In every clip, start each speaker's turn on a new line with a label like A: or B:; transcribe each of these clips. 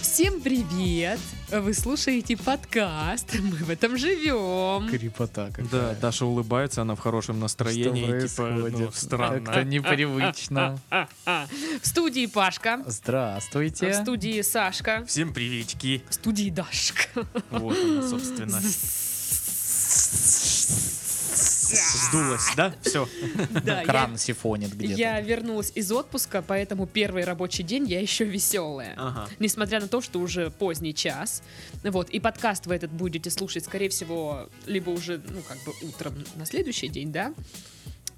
A: Всем привет! Вы слушаете подкаст «Мы в этом живем».
B: Крепота какая.
C: Да, Даша улыбается, она в хорошем настроении,
B: Что
C: и, типа, ну,
B: происходит?
C: странно.
B: Как-то непривычно.
A: В студии Пашка,
B: Здравствуйте.
A: в студии Сашка,
C: Всем приветики.
A: в студии Дашка.
C: Вот она, собственно. Сдулась, да? Все.
A: Да, я-
B: Кран сифонит где-то.
A: Я вернулась из отпуска, поэтому первый рабочий день я еще веселая.
B: А.
C: Ага.
A: Несмотря на то, что уже поздний час. Вот, и подкаст вы этот будете слушать, скорее всего, либо уже, ну, как бы утром на следующий день, да?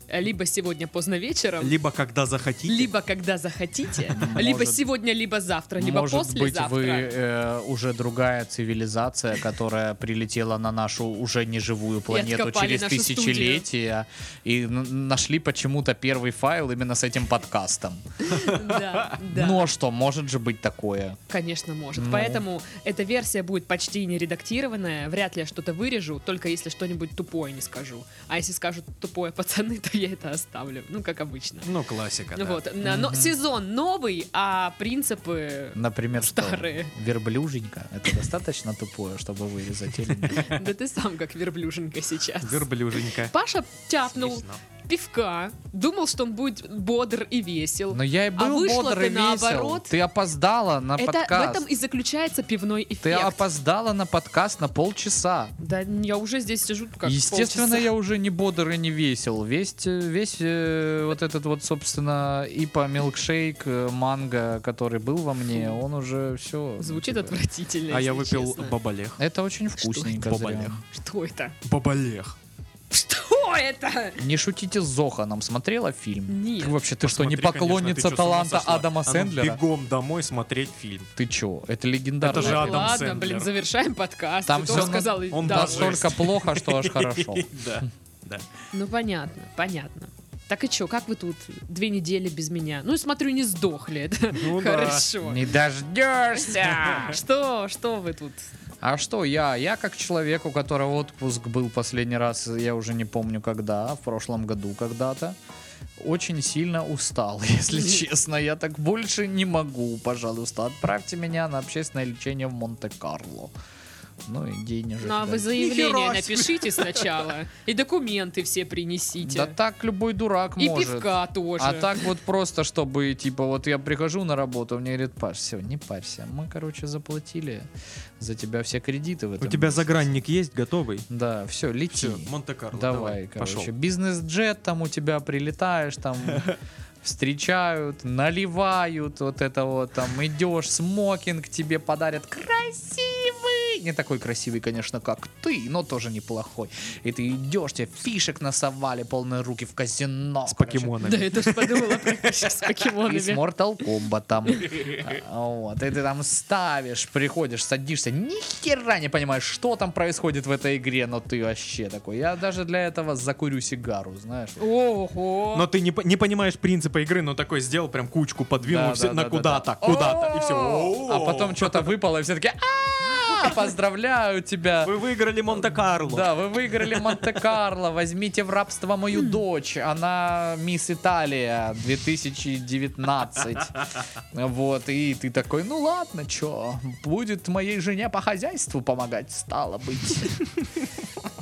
A: Либо сегодня поздно вечером.
C: Либо когда захотите.
A: Либо когда захотите, либо
B: Может-
A: сегодня, либо завтра, либо
B: Может быть,
A: послезавтра.
B: вы э, уже другая цивилизация, которая прилетела на нашу уже неживую планету
A: откопали
B: через
A: нашу
B: тысячелетия и н- нашли почему-то первый файл именно с этим подкастом.
A: Да, да.
B: Ну а что, может же быть такое?
A: Конечно, может.
B: Ну.
A: Поэтому эта версия будет почти не редактированная. Вряд ли я что-то вырежу, только если что-нибудь тупое не скажу. А если скажут тупое пацаны, то я это оставлю. Ну, как обычно.
C: Ну, классика, да.
A: Вот. На- Но сезон новый, а принципы...
B: Например,
A: Старые.
B: что? Верблюженька. Это достаточно тупое, чтобы вырезать или нет?
A: Да ты сам как верблюженка сейчас.
C: Верблюженька.
A: Паша тяпнул
C: Смешно.
A: пивка, думал, что он будет бодр и весел.
B: Но я и был
A: А вышла
B: бодр
A: ты
B: и весел.
A: наоборот.
B: Ты опоздала на
A: Это в
B: подкаст.
A: этом и заключается пивной эффект.
B: Ты опоздала на подкаст на полчаса.
A: Да, я уже здесь сижу как
B: Естественно,
A: полчаса.
B: я уже не бодр и не весел. Весь, э, весь э, вот этот вот, собственно, ипа милкшейк, э, манго, который был во мне, он уже все.
A: Звучит отвратительно.
C: А я
A: если
C: выпил
A: честно.
C: бабалех.
B: Это очень
A: Что
B: вкусненько.
C: это?
B: зря.
C: Бабалях.
A: Что это?
C: Бабалех.
A: Что это?
B: Не шутите с Зоханом. Смотрела фильм?
A: Нет.
B: Ты вообще, ты что, не
C: Посмотри, конечно,
B: поклонница
C: ты чё, с ума
B: таланта
C: сошла?
B: Адама
C: А ну,
B: Сэндлера?
C: Бегом домой смотреть фильм.
B: Ты чё? Это легендарно.
C: Это же
A: Ну,
C: Адам
A: Ладно,
C: Сэндлер.
A: блин, завершаем подкаст.
B: Там
A: Ты
B: всё
A: тоже
B: на-
A: сказал, и-
C: он
A: да.
C: даже-
B: Настолько плохо, что аж хорошо.
C: Да. Да.
A: Ну понятно, понятно. Так и чё, как вы тут две недели без меня? Ну, смотрю, не сдохли. Это
C: Ну да.
A: хорошо.
B: Не дождешься!
A: Что, что вы тут?
B: А что я? Я как человек, у которого отпуск был последний раз, я уже не помню когда, в прошлом году когда-то, очень сильно устал, если честно. Я так больше не могу, пожалуйста, отправьте меня на общественное лечение в Монте-Карло. Ну и денежек.
A: Ну, а
B: да.
A: вы заявление
C: Нихера себе.
A: напишите сначала. И документы все принесите.
B: Да так любой дурак
A: и
B: может.
A: пивка тоже.
B: А так вот просто, чтобы, типа, вот я прихожу на работу, мне говорит, Паш, все, не парься, мы, короче, заплатили за тебя все кредиты в этом.
C: У тебя
B: месяце».
C: загранник есть готовый?
B: Да, все, лети.
C: Все, Монте-Карло.
B: Давай,
C: пошел.
B: короче, бизнес-джет там у тебя прилетаешь, там встречают, наливают, вот это вот, там идешь, смокинг тебе подарят, красивый, не такой красивый, конечно, как ты, но тоже неплохой, и ты идешь, тебе фишек насовали, полные руки в казино,
C: С
B: короче.
C: покемонами.
A: А, Да, это ж подумала про фишки с
B: И с
A: покемонами.
B: Mortal Kombat там. А, Вот. И ты там ставишь, приходишь, садишься. Ни хера не понимаешь, что там происходит в этой игре, но ты вообще такой. Я даже для этого закурю сигару, знаешь.
A: Ого.
C: Но ты не, по- не понимаешь принципа игры, но такой сделал, прям кучку подвинул
B: Да,
C: все
B: да,
C: на
B: да,
C: куда-то,
B: да.
C: куда-то, и все.
B: О! А потом что-то выпало, и все такие, «А, поздравляю тебя.
C: Вы выиграли Монте-Карло.
B: Да, вы выиграли Монте-Карло, возьмите в рабство мою дочь, она мисс Италия 2019. Вот, и ты такой, ну ладно, чё, будет моей жене по хозяйству помогать, стало быть.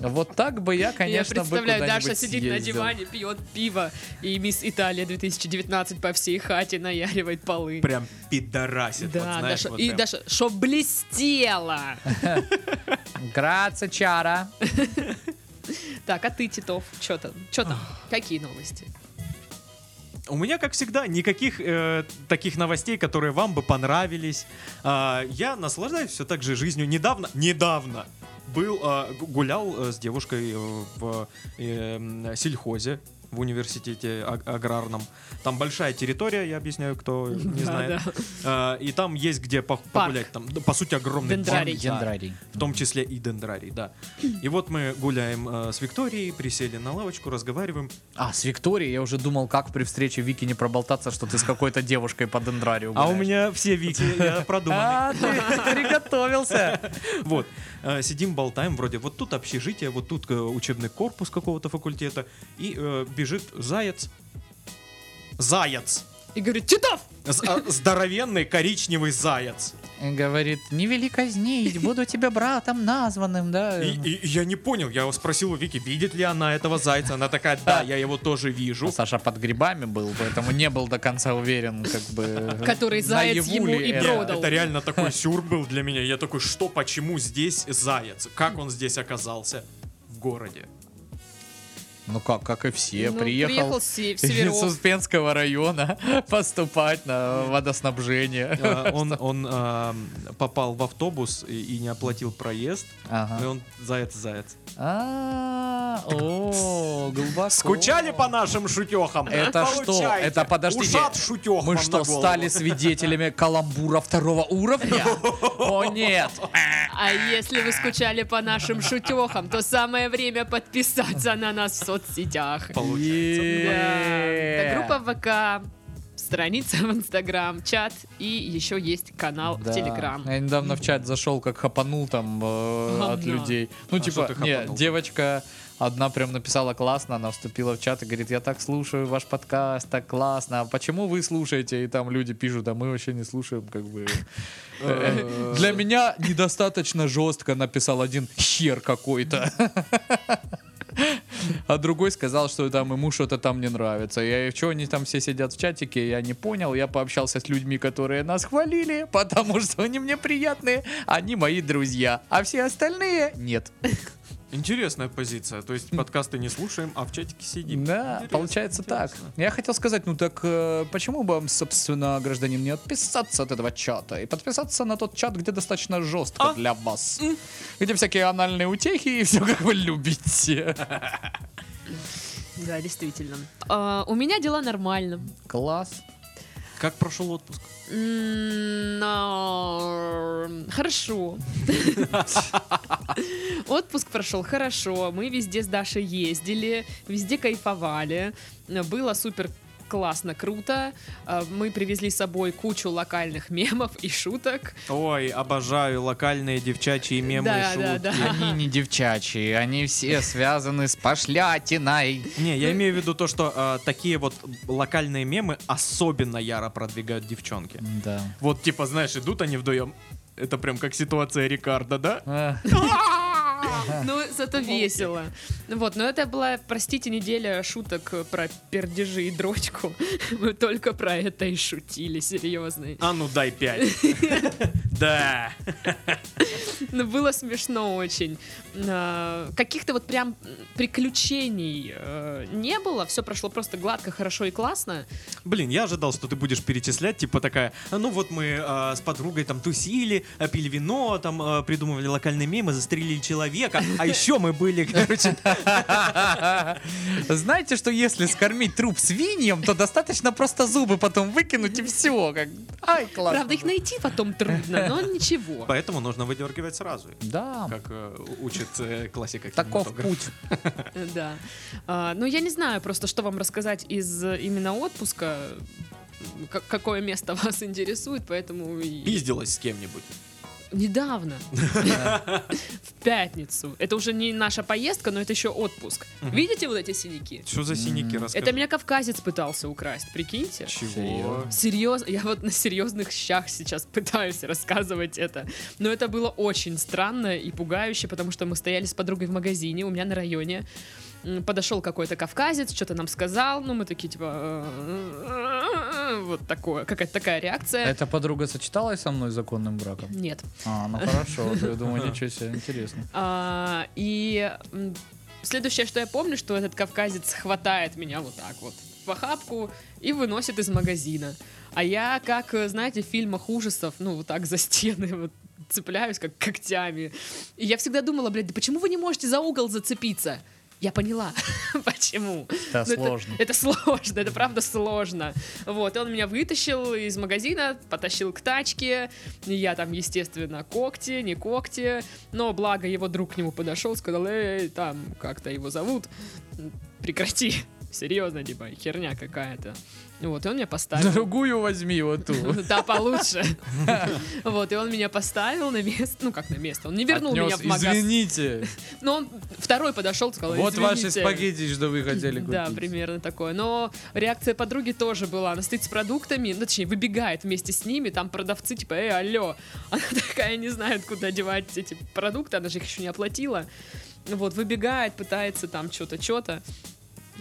B: Вот так бы я, конечно,
A: я
B: бы
A: представляю,
B: куда-нибудь
A: Даша сидит на
B: съездил.
A: диване, пьет пиво, и мисс Италия 2019 по всей хате наяривает полы.
C: Прям пидорасит.
A: да,
C: вот, знаешь,
A: Даша,
C: вот
A: и
C: прям.
A: Даша, что блестела.
B: Граца чара.
A: так, а ты, Титов, что там? Что там? Какие новости?
C: У меня, как всегда, никаких э, таких новостей, которые вам бы понравились. А, я наслаждаюсь все так же жизнью. Недавно, недавно был, а, гу- гулял э, с девушкой э, в э, м, сельхозе в университете аг- аграрном. Там большая территория, я объясняю, кто не
A: Да,
C: знает.
A: да.
C: А, и там есть где пох- погулять. Там, да, по сути, огромный парк,
A: Дендрарий.
C: да.
B: Дендрарий.
C: В том числе и дендрарий, да. И вот мы гуляем э, с Викторией, присели на лавочку, разговариваем.
B: А, с Викторией я уже думал, как при встрече Вики не проболтаться, что ты с какой-то девушкой по дендрарию
C: А у
B: гуляешь.
C: меня все Вики, я продуманный.
B: А, ты приготовился.
C: Вот. Э, Сидим, болтаем, вроде вот тут общежитие, вот тут э, учебный корпус какого-то факультета. И э, бежит заяц. Заяц!
A: И говорит, Титов!
C: З- а, Здоровенный коричневый заяц.
B: говорит, не вели казнить, буду тебя братом названным, да. А
C: И, и- и я не понял, я спросил у Вики, видит ли она этого зайца. Она такая, да, я его тоже вижу.
B: Саша под грибами был, поэтому не был до конца уверен, как бы...
A: Который заяц
B: наяву
A: ему
B: ли
A: и
B: это.
A: продал.
C: Это реально такой сюр был для меня. Я такой, что, почему здесь заяц? Как он здесь оказался в городе?
B: Ну как, как и все,
A: Ну, приехал
B: приехал,
A: с се- в
B: из
A: Северов.
B: Успенского района поступать на водоснабжение.
C: Э, Он, он эм, попал в автобус и, и не оплатил проезд. И
B: Ага.
C: он заяц-заяц.
B: А, О, глубоко.
C: Скучали по нашим шутехам?
B: Это что?
C: Получайте.
B: Это подождите.
C: Ушат шутех
B: Мы
C: вам на
B: что,
C: голову.
B: стали свидетелями каламбура второго уровня? О нет!
A: А если вы скучали по нашим шутехам, то самое время подписаться на нас в соцсетях. Да.
C: Получается.
A: Это группа ВК, страница в Инстаграм, чат и еще есть канал
B: Да.
A: в Телеграм.
B: Я недавно в чат зашел, как хапанул там э, от
A: Говна.
B: людей. Ну,
C: А
B: типа,
C: что ты
B: не,
C: хапанул?
B: девочка одна прям написала классно, она вступила в чат и говорит, я так слушаю ваш подкаст, так классно, а почему вы слушаете? И там люди пишут, а мы вообще не слушаем, как бы. Э, Для меня недостаточно жестко написал один хер какой-то. А другой сказал, что там ему что-то там не нравится. Я, что они там все сидят в чатике, я не понял. Я пообщался с людьми, которые нас хвалили, потому что они мне приятные, они мои друзья. А все остальные нет.
C: Интересная позиция. То есть подкасты не слушаем, а в чатике сидим.
B: Да,
C: Интересно,
B: получается
C: интересно.
B: так. Я хотел сказать, ну так э, почему бы вам, собственно, гражданин, не отписаться от этого чата и подписаться на тот чат, где достаточно жестко
C: А?
B: для вас, где всякие анальные утехи и все, как вы любите.
A: Да, действительно. А, у меня дела нормально.
B: Класс.
C: Как прошел отпуск?
A: М, норм. Хорошо. Отпуск прошел хорошо. Мы везде с Дашей ездили, везде кайфовали. Было супер классно, круто. А, Мы привезли с собой кучу локальных мемов и шуток.
C: Ой, обожаю локальные девчачьи мемы
A: Да,
C: и
A: да,
C: шутки.
A: да.
B: Они не девчачьи, они все связаны с пошлятиной.
C: Не, я имею в виду то, что э, такие вот локальные мемы особенно яро продвигают девчонки.
B: Да.
C: Вот типа, знаешь, идут они вдвоем. Это прям как ситуация Рикардо, да?
A: Ну, зато весело. Ну Вот, но это была, простите, неделя шуток про пердежи и дрочку. Мы только про это и шутили, серьезно.
C: А ну дай пять. Да.
A: Ну, было смешно очень. А, Каких-то вот прям приключений э, не было. Все прошло просто гладко, хорошо и классно.
C: Блин, я ожидал, что ты будешь перечислять, типа такая, «А ну вот мы э, с подругой там тусили, э, пили вино, там э, придумывали локальные мемы, застрелили человека, а еще мы были, короче,
B: Знаете, что если скормить труп свиньям, то достаточно просто зубы потом выкинуть и все. Как... Ай, классно.
A: Правда, их найти потом трудно, но ничего.
C: поэтому нужно выдергивать сразу,
B: Да.
C: как э, учит э, классика
B: Таков
C: кинематографа.
B: путь.
A: Да. А, Ну, я не знаю просто, что вам рассказать из э, именно отпуска. Ка- Какое место вас интересует, поэтому... и-
C: Пиздилась с кем-нибудь.
A: Недавно. В пятницу. Это уже не наша поездка, но это еще отпуск.
C: Мгм.
A: Видите вот эти синяки?
C: Что за синяки
B: М.
C: расскажи?
A: Это меня кавказец пытался украсть, прикиньте.
C: Чего?
B: Серьёзно?
A: Серьезно, я вот на серьезных щах сейчас пытаюсь рассказывать это. Но это было очень странно и пугающе, потому что мы стояли с подругой в магазине у меня на районе. М, Подошел какой-то кавказец, что-то нам сказал, ну мы такие типа... «Э-э-э-э-э-э». э, Вот такое, какая-то такая реакция.
B: Эта подруга сочеталась со мной законным браком?
A: Нет.
B: А, ну хорошо, я думаю, ничего себе, интересно.
A: А, и м, следующее, что я помню, что этот кавказец хватает меня вот так вот в охапку и выносит из магазина. А я, как, э, знаете, в фильмах ужасов, ну, вот так за стены вот цепляюсь, как когтями. И я всегда думала, блядь, да почему вы не можете за угол зацепиться? Я поняла, почему.
B: Это
A: Ну,
B: сложно.
A: Это, сложно, это правда сложно. Вот, и он меня вытащил из магазина, потащил к тачке. Я там, естественно, когти, не когти. Но благо его друг к нему подошел, сказал, эй, там как-то его зовут. Прекрати. Серьезно, типа, херня какая-то. Вот, и он меня поставил.
B: Другую возьми вот ту.
A: Да, получше. Вот, и он меня поставил на место, ну как на место, он не вернул меня
B: Отнёс,
A: в магаз.
B: Извините,
A: Но он второй подошел, сказал,
B: вот ваши
A: «Извините».
B: спагетти, что вы хотели купить.
A: Да, примерно такое. Но реакция подруги тоже была. Она стоит с продуктами, ну, точнее, выбегает вместе с ними, там продавцы типа, эй, алло. Она такая не знает, куда девать эти продукты, она же их еще не оплатила. Вот, выбегает, пытается там что-то, что-то.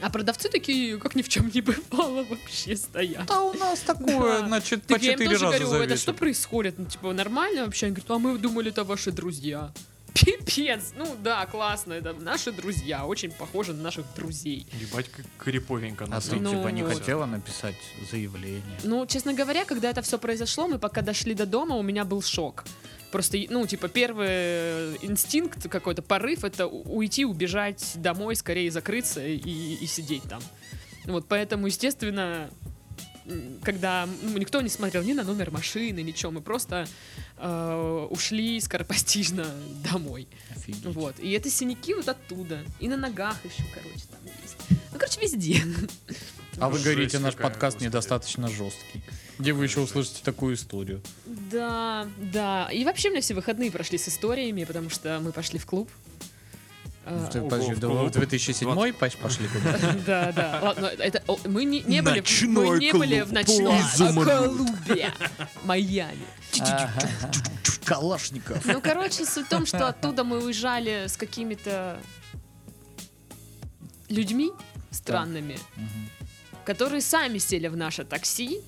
A: А продавцы такие, как ни в чем не бывало, вообще стоят.
B: Да у нас такое,
A: Да.
B: значит, по
A: Так я им
B: четыре
A: тоже
B: раза
A: говорю,
B: за
A: это что
B: вечер.
A: происходит? Ну, типа, нормально вообще? Они говорят, а мы думали, это ваши друзья. Пипец, ну да, классно, это наши друзья, очень похожи на наших друзей.
C: Ебать, как криповенько
D: А
C: нас.
D: ты
A: Ну
D: типа не
A: вот.
D: хотела написать заявление?
A: Ну, честно говоря, когда это все произошло, мы пока дошли до дома, у меня был шок. Просто, ну, типа, первый э, инстинкт какой-то, порыв, это у- уйти, убежать домой, скорее закрыться и, и сидеть там. Вот, поэтому, естественно, м, когда м, никто не смотрел ни на номер машины, ничего, мы просто э, ушли скоропостижно домой.
D: Офигеть.
A: Вот. И это синяки вот оттуда. И на ногах еще, короче, там есть. Ну, короче, везде.
B: А вы
C: Жесть
B: говорите, наш
C: какая,
B: подкаст
C: господи.
B: недостаточно жесткий. Где вы еще услышите такую историю?
A: Да, да. И вообще у меня все выходные прошли с историями, потому что мы пошли в клуб. Э,
B: Ты,
C: Ого,
B: подожди,
C: в
B: да,
C: клуб.
B: 2007 пош- пошли куда?
A: А, Да, да. Ладно, это о, мы не, не были, в- мы
C: Ночной
A: не были в
C: клуб.
A: ночном
C: Изумруд.
A: клубе Майами.
B: Ага.
D: Калашников.
A: Ну, короче, суть в том, что оттуда мы уезжали с какими-то людьми странными,
B: Мгм.
A: которые сами сели в наше такси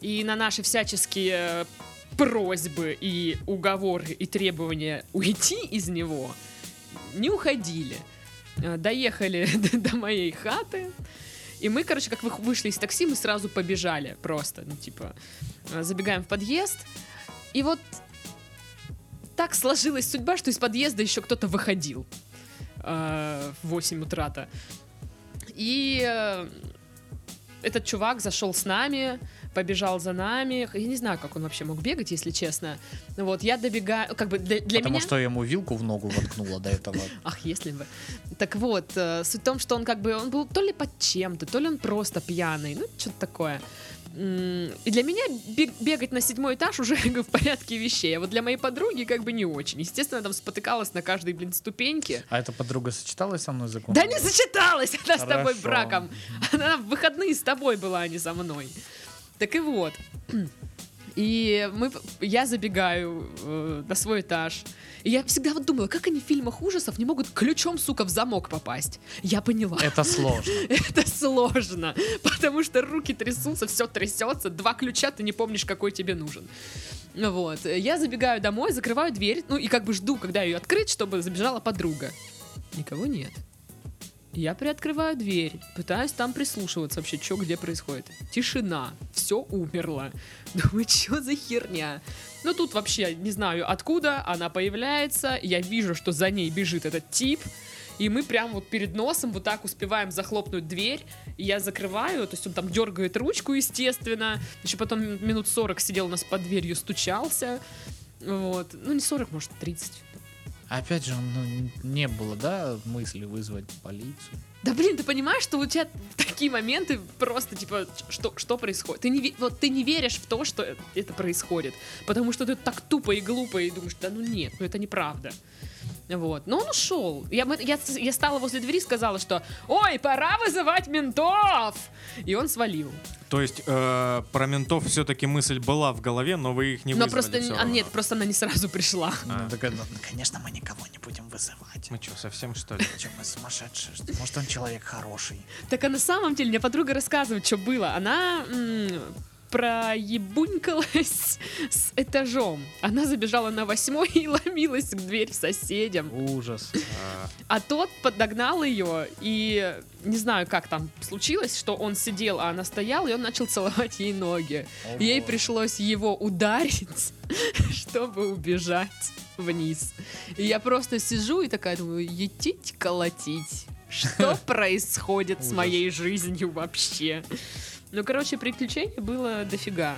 A: и на наши всяческие э, просьбы и уговоры и требования уйти из него не уходили. Э, Доехали до- до моей хаты. И мы, короче, как вых- вышли из такси, мы сразу побежали просто. Ну, типа, э, забегаем в подъезд. И вот так сложилась судьба, что из подъезда еще кто-то выходил э, в 8 утра-то. И э, этот чувак зашел с нами, побежал за нами. Я не знаю, как он вообще мог бегать, если честно. Ну Вот, я добегаю, как бы для, для
B: Потому
A: меня...
B: что я ему вилку в ногу воткнула до этого.
A: Ах, если бы. Так вот, э, суть в том, что он как бы, он был то ли под чем-то, то ли он просто пьяный, ну, что-то такое. М, И для меня бе- бегать на седьмой этаж уже как бы, в порядке вещей, а вот для моей подруги как бы не очень. Естественно, она там спотыкалась на каждой, блин, ступеньке.
B: А эта подруга сочеталась со мной законом?
A: Да не сочеталась она с тобой
B: Хорошо.
A: браком. Она в выходные с тобой была, а не со мной. Так и вот. И мы, я забегаю э, на свой этаж. И я всегда вот думала, как они в фильмах ужасов не могут ключом, сука, в замок попасть. Я поняла.
B: Это сложно.
A: Это сложно, потому что руки трясутся, все трясется, два ключа ты не помнишь, какой тебе нужен. Вот. Я забегаю домой, закрываю дверь, ну и как бы жду, когда ее открыть, чтобы забежала подруга. Никого нет. Я приоткрываю дверь, пытаюсь там прислушиваться вообще, что где происходит. Тишина, все умерло. Думаю, что за херня? Ну тут вообще не знаю откуда она появляется, я вижу, что за ней бежит этот тип, и мы прям вот перед носом вот так успеваем захлопнуть дверь, и я закрываю, то есть он там дергает ручку, естественно, еще потом минут 40 сидел у нас под дверью, стучался, вот, ну не 40, может 30.
B: Опять же, ну, не было, да, мысли вызвать полицию?
A: Да блин, ты понимаешь, что у тебя такие моменты просто типа ч- что что происходит? Ты не ве- вот ты не веришь в то, что э- это происходит, потому что ты так тупо и глупо и думаешь, да ну нет, ну это неправда. Вот, но он ушел. Я, мы- я, с- я стала возле двери и сказала, что «Ой, пора вызывать ментов!» И он свалил.
C: То есть э, про ментов все-таки мысль была в голове, но вы их не
A: но
C: вызвали
A: просто...
C: всё
A: а,
C: равно.
A: нет, просто она не сразу пришла.
B: Она такая, ну,
D: Конечно, мы никого не будем вызывать.
C: Мы что, совсем что ли?
D: Чем мы сумасшедшие? что ли? Может, он человек хороший?
A: Так а на самом деле мне подруга рассказывает, что было. Она м, проебунькалась с этажом. Она забежала на восьмой и ломилась к дверь соседям.
B: ужас.
C: А,
A: А тот подогнал ее, и не знаю, как там случилось, что он сидел, а она стояла, и он начал целовать ей ноги. Ей пришлось его ударить, чтобы убежать вниз. И я просто сижу и такая думаю, етить колотить. Что происходит с
B: Ужас.
A: моей жизнью вообще? Ну, короче, приключений было дофига.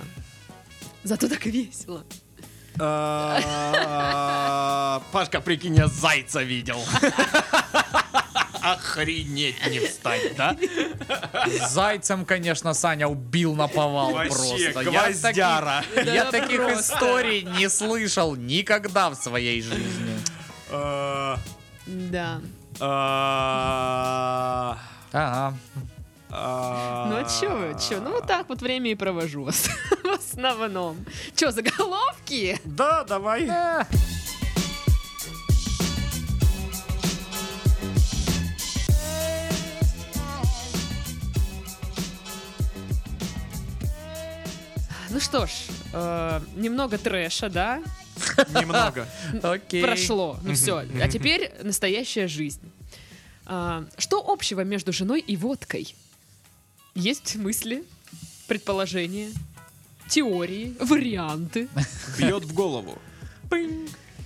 A: Зато так весело.
C: а, Пашка, прикинь, я зайца видел. Охренеть не встать, да?
B: Зайцем, конечно, Саня убил на повал
C: Вообще,
B: просто. Я таких-
C: гвоздяра.
B: Я
A: Да
B: таких
A: просто.
B: историй не слышал никогда в своей жизни.
A: Ну,
C: Э,
A: Да.
C: э,
B: Ага.
C: э,
A: Ну а чё вы, чё? Ну вот так вот время и провожу ос- в основном. Чё, заголовки?
C: Да, давай.
B: Э,
A: Ну что ж, э, немного трэша, да?
C: Немного.
B: Окей.
A: Прошло, ну все. А теперь настоящая жизнь. А, Что общего между женой и водкой? Есть мысли, предположения, теории, варианты.
C: Бьет в голову.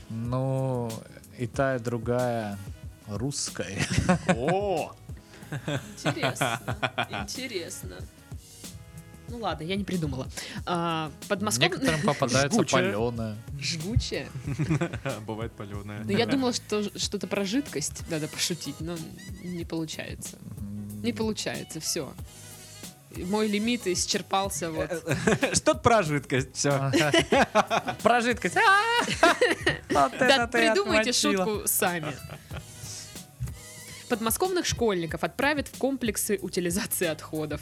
B: Ну, и та, и другая русская.
C: О,
A: Интересно, интересно. Ну ладно, я не придумала. А, Подмосковная...
B: Некоторым попадается
C: Жгучая.
B: паленая.
A: Жгучая.
C: бывает паленая.
A: Ну, я думала, что ж- что-то про жидкость надо пошутить, но не получается. Не получается, все. Мой лимит исчерпался вот.
C: Что-то про жидкость, все.
B: Про жидкость. А! Вот
A: Да
B: это ты
A: придумайте
B: отмочила.
A: шутку сами. Подмосковных школьников отправят в комплексы утилизации отходов.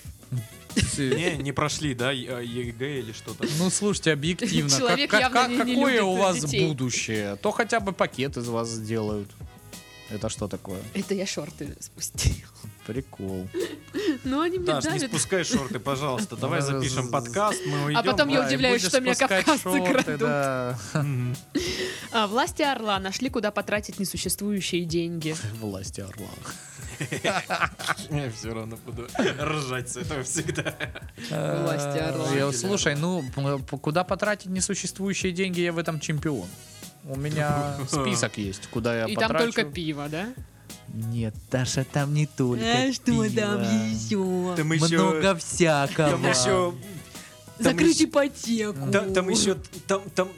C: Не, не прошли, да, Е- э, ЕГЭ или что-то.
B: Ну слушайте, объективно, как-
A: Человек
B: как-
A: явно
B: как-
A: не- не
B: какое
A: любит
B: у вас
A: детей.
B: будущее? То хотя бы пакет из вас сделают. Это что такое?
A: Это я шорты спустил.
B: Прикол.
A: Но они мне
C: Даш, не
A: давят.
C: спускай шорты, пожалуйста. Давай
B: Да,
C: запишем
B: з-
C: подкаст, мы уйдем.
A: А потом я
B: Да, и
A: удивляюсь,
B: будешь
A: что меня
B: спускать
A: кавказцы
B: шорты,
A: крадут.
B: да.
C: Мгм.
A: А, Власти Орла нашли, куда потратить несуществующие деньги.
B: Власти орла.
C: Я все равно буду ржать с этого всегда.
A: Власти орла.
B: Э, Я, Слушай, ну м, п- куда потратить несуществующие деньги, я в этом чемпион. У меня список есть, куда я
A: И там
B: потрачу.
A: только пиво, да?
B: Нет, Даша, там не только
A: А
B: пиво.
C: Там еще...
B: всякого.
C: Там еще...
A: Закрыть ипотеку.
C: Там, там еще... Там, там,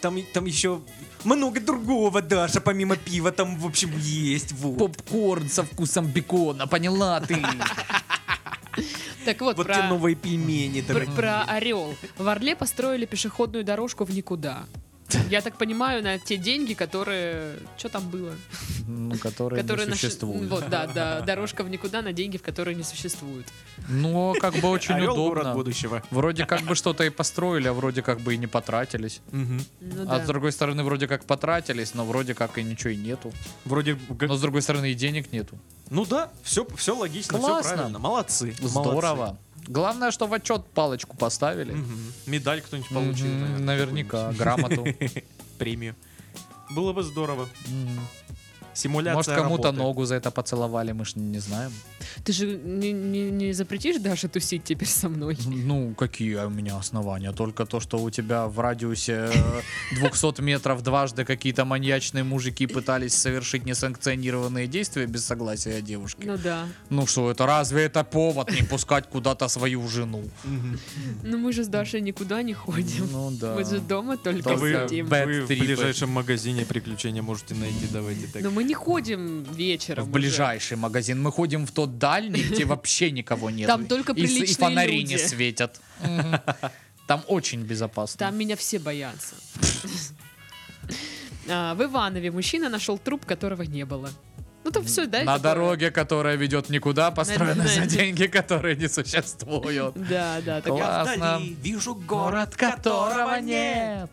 C: там, там еще много другого, Даша, помимо пива там, в общем, есть. Вот.
B: Попкорн со вкусом бекона, поняла ты?
A: Так вот,
C: вот
A: про...
C: те новые пельмени.
A: Пр-
C: дорогие.
A: Про Орел. В Орле построили пешеходную дорожку в никуда. Я так понимаю, на те деньги, которые... Что там было?
B: Ну, которые
A: которые
B: не
A: наш-
B: существуют.
A: Вот, да, да. Дорожка в никуда на деньги, в которые не существуют.
B: Ну, как бы очень
C: Орел город
B: удобно.
C: будущего.
B: Вроде как бы что-то и построили, а вроде как бы и не потратились.
A: Ну
B: А
A: да.
B: с другой стороны, вроде как потратились, но вроде как и ничего и нету.
C: Вроде... г-
B: Но с другой стороны, и денег нету.
C: Ну да, все, все логично, все
B: Классно.
C: правильно. Молодцы. молодцы.
B: Здорово. Главное, что в отчет палочку поставили.
C: Мгм. Медаль кто-нибудь
B: Мгм,
C: получил. наверное,
B: Наверняка,
C: какую-нибудь.
B: грамоту.
C: Премию. Было бы здорово.
B: Мгм.
C: Симуляция
B: Может, кому-то
C: работы.
B: ногу за это поцеловали, мы ж не знаем.
A: Ты же не, не- не запретишь Даше тусить теперь со мной?
B: Ну, какие у меня основания? Только то, что у тебя в радиусе э, 200 метров дважды какие-то маньячные мужики пытались совершить несанкционированные действия без согласия девушки.
A: Ну да.
B: Ну что, это разве это повод не пускать куда-то свою жену?
C: Мгм.
A: Ну мы же с Дашей никуда не ходим.
B: Ну да.
A: Мы же дома
C: Да
A: только
C: вы,
A: сидим.
B: б-
C: вы в
B: Бэт-трипы.
C: ближайшем магазине приключения можете найти, давайте так.
B: Ну,
A: Но мы не ходим вечером.
B: В
A: уже.
B: ближайший магазин. Мы ходим в тот дальний, где вообще никого нет.
A: Там только
B: И с- И
A: приличные
B: фонари не
A: люди.
B: светят. Мгм. Там очень безопасно.
A: Там меня все боятся. А, В Иванове мужчина нашел труп, которого не было. Ну там все, да?
B: На
A: это такое?
B: дороге, которая ведет никуда, построена за
A: знаете.
B: деньги, которые не существуют.
A: Да, да. Так я,
B: Классно.
C: вижу
A: я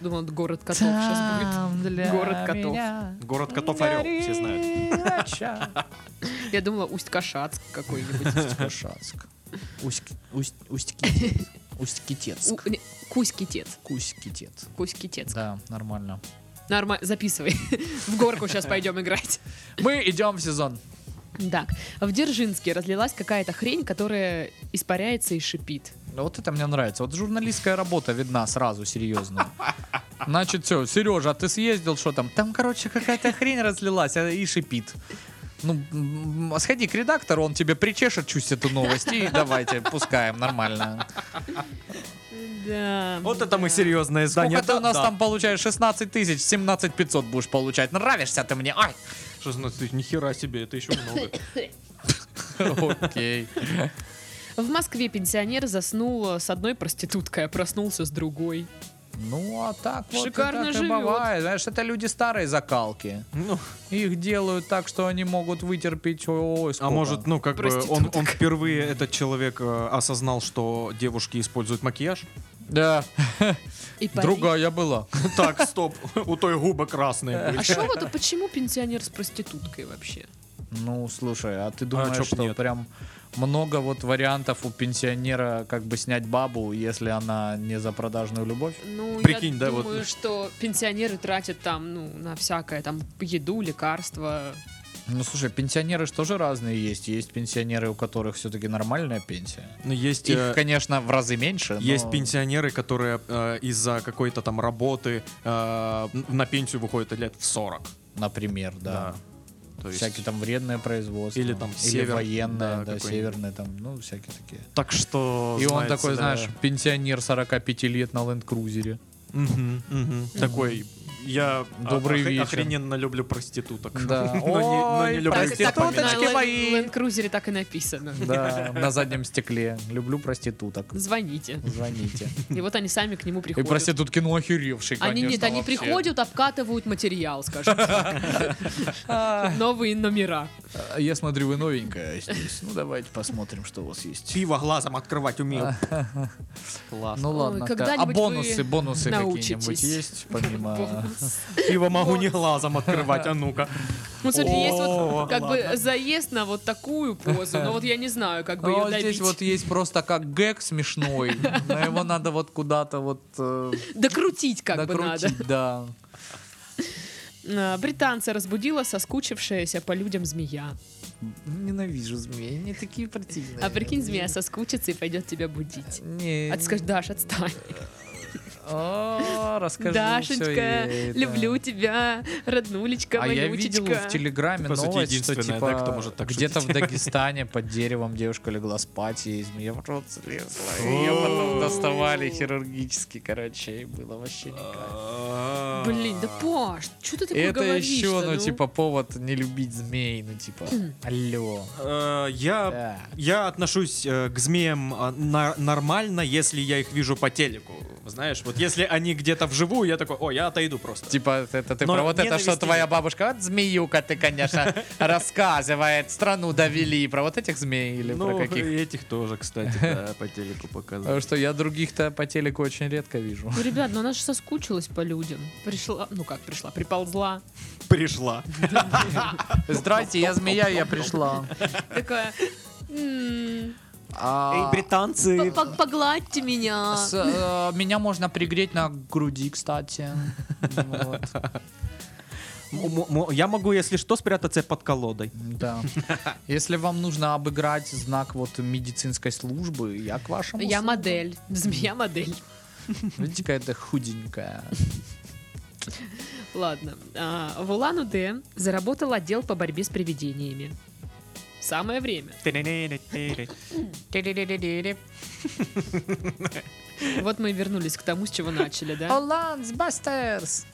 A: думала, город котов сейчас будет. Город котов.
C: Город котов орел, все знают.
A: Я думала, усть-кашацк какой-нибудь.
B: Кушацк. Усть-Китец. Усть-Китец.
A: У- не, Кусь-китец.
B: Кусь-Китец.
A: Кусь-китец.
B: Да, нормально.
A: Нормально, записывай. В горку сейчас пойдем играть.
B: Мы идем в сезон.
A: Так, в Дзержинске разлилась какая-то хрень, которая испаряется и шипит.
B: Ну, Вот это мне нравится. Вот журналистская работа видна сразу, серьезно. Значит, все, Сережа, ты съездил, что там? Там, короче, какая-то хрень разлилась а, и шипит. Ну, м, м, сходи к редактору, он тебе причешет чуть эту новость, и давайте, пускаем, нормально.
A: Да.
C: Вот это мы серьезное издание.
B: Сколько ты Ну, у
C: Да,
B: нас
C: да.
B: там получаешь? 16 тысяч, 17 500 будешь получать. Нравишься ты мне, ой!
C: 16 тысяч, нихера себе, это еще много.
D: Окей.
A: В Москве пенсионер заснул с одной проституткой, а проснулся с другой.
D: Ну, а так вот и
A: Шикарно
D: так и
A: живет.
D: бывает. Знаешь, это люди старой закалки.
C: Ну,
D: Их делают так, что они могут вытерпеть ой,
C: а
D: сколько.
C: может, ну, как бы он, он
A: Проституток.
C: впервые, этот человек, э, осознал, что девушки используют макияж?
D: Да,
A: И
D: другая была.
C: Так, стоп, у той губы
D: Э.
C: красные
A: А
C: были.
A: что вот, а почему пенсионер с проституткой вообще?
D: Ну, слушай, а ты думаешь,
C: чё б
D: что
C: нет?
D: прям много вот вариантов у пенсионера, как бы снять бабу, если она не за продажную любовь?
A: Ну,
C: Прикинь,
A: я
C: да, вот-
A: думаю, что пенсионеры тратят там, ну, на всякое, там, еду, лекарства.
D: Ну, слушай, пенсионеры же тоже разные есть. Есть пенсионеры, у которых все-таки нормальная пенсия.
C: Ну, есть...
D: Их,
C: э,
D: конечно, в разы меньше.
C: Есть
D: но-
C: пенсионеры, которые э, из-за какой-то там работы э, на пенсию выходят лет в 40.
D: Например, да.
C: То есть-
D: Всякие там вредное производство.
C: Или там север, да,
D: военное, да,
C: какой-нибудь.
D: северное там, ну, всякие такие.
C: Так что...
D: И он
C: знаете,
D: такой,
C: да.
D: знаешь, пенсионер 45 лет на ленд-крузере.
C: Мгм, мгм. Такой... Я
D: Добрый
C: охре-
D: вечер.
C: охрененно люблю проституток.
D: Да.
C: но, не, но не
D: Ой,
C: люблю
A: Так,
D: проституточки
A: так вот на
C: запоминать.
A: Лен-
D: мои.
A: Ленд-крузере так и написано.
D: Да, на заднем стекле. Люблю проституток.
A: Звоните.
D: Звоните.
A: И вот они сами к нему
D: И
A: приходят.
D: проститутки, ну, охеревшие,
A: Они нет,
D: конечно,
A: они
D: вообще.
A: приходят, обкатывают материал, скажем. так. Новые номера.
D: А, Я смотрю, вы новенькая
B: Э,
D: здесь. Ну, давайте посмотрим, что у вас есть.
C: Пиво глазом открывать умею. Классно.
D: Ну ладно, так. а
A: когда-нибудь вы
D: бонусы, бонусы какие-нибудь
A: научитесь.
D: есть, А. помимо...
A: Бонус.
C: Пиво могу не глазом открывать, а ну-ка.
A: Ну, смотри, есть
C: О,
A: вот как
C: ладно.
A: бы заезд на вот такую позу, но вот я не знаю, как бы
D: Ну,
A: ее
D: вот здесь
A: добить.
D: вот есть просто как гэг смешной, но его надо вот куда-то вот э,
A: Докрутить как бы надо.
D: докрутить, да.
A: А, Британца разбудила соскучившаяся по людям змея.
D: Ненавижу змеи, они такие противные.
A: А прикинь, змея соскучится и пойдет тебя будить.
D: Не.
A: А ты скажешь, Даш, отстань.
D: О, а, расскажи всё
A: Дашенька,
D: ей, да.
A: люблю тебя, роднулечка,
D: А я видел
A: малючечка.
D: в Телеграме
C: Ты, по сути,
D: новость, что
C: единственная,
D: типа
C: да, кто может так
D: где-то в
C: шутить.
D: Дагестане под деревом девушка легла спать, и змея в рот слезла. и Ее потом доставали хирургически, короче, и было вообще никак.
A: Блин, да Паш, что ты такое
D: Это
A: говоришь
D: еще, ну, типа, повод не любить змей, ну, типа, алло.
C: Э, Я...
D: Да.
C: Я отношусь э, к змеям э, на- нормально, если я их вижу по телеку. Знаешь, вот если они где-то вживую, я такой, о, я отойду просто.
D: Типа, это ты
C: Но
D: про вот это, что
C: ненависти
D: твоя
C: нет.
D: бабушка, вот змеюка ты, конечно, рассказывает, страну довели, про вот этих змей или про
C: ну,
D: каких?
C: и этих тоже, кстати, да, по телеку
D: Потому
C: показывают.
D: что я других-то по телеку очень редко вижу.
A: Ну, ребят, ну она же соскучилась по людям. Пришла, ну как пришла, приползла.
C: Пришла.
D: Здрасте, я змея, я пришла.
A: Такая, «М,
D: А,
C: британцы!
A: по- по- погладьте меня.
D: с, э, Меня можно пригреть на груди, кстати. Вот,
C: Я могу, если что, спрятаться под колодой.
D: да. Если вам нужно обыграть знак вот медицинской службы, я к вашему.
A: Я
D: услу-
A: модель, змея-модель.
D: Видите, какая-то худенькая.
A: Ладно. А, в Улан-Удэ заработал отдел по борьбе с привидениями. Самое время. Вот мы и вернулись к тому, с чего начали, да?
D: Оланс Бастерс.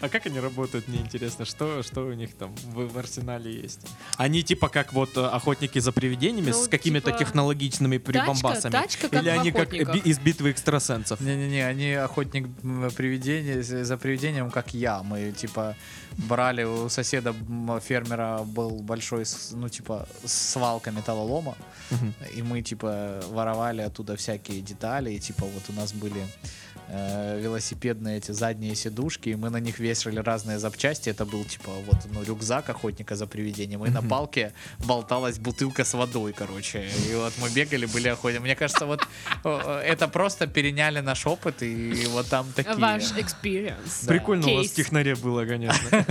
C: А как они работают, мне интересно, что, что у них там в, в арсенале есть? Они типа как вот э, охотники за привидениями
A: Ну,
C: с какими-то
A: типа,
C: технологичными прибамбасами?
A: тачка, как
C: Или
A: в
C: они как э, би-
A: «Охотниках».
C: из битвы экстрасенсов?
D: Не-не-не, они охотник м, привидений с- за привидением, как я. Мы типа брали у соседа м, фермера был большой, с- ну типа свалка металлолома,
C: Мгм.
D: и мы типа воровали оттуда всякие детали, и типа вот у нас были э, велосипедные эти задние сидушки, и мы на них вешали разные запчасти. Это был типа вот ну рюкзак охотника за привидением, и на палке болталась бутылка с водой, короче. И вот мы бегали, были охотниками. Мне кажется, вот э, это просто переняли наш опыт, и вот там такие.
A: Ваш экспириенс.
C: Прикольно у вас
A: Кейс.
C: в технаре было, конечно.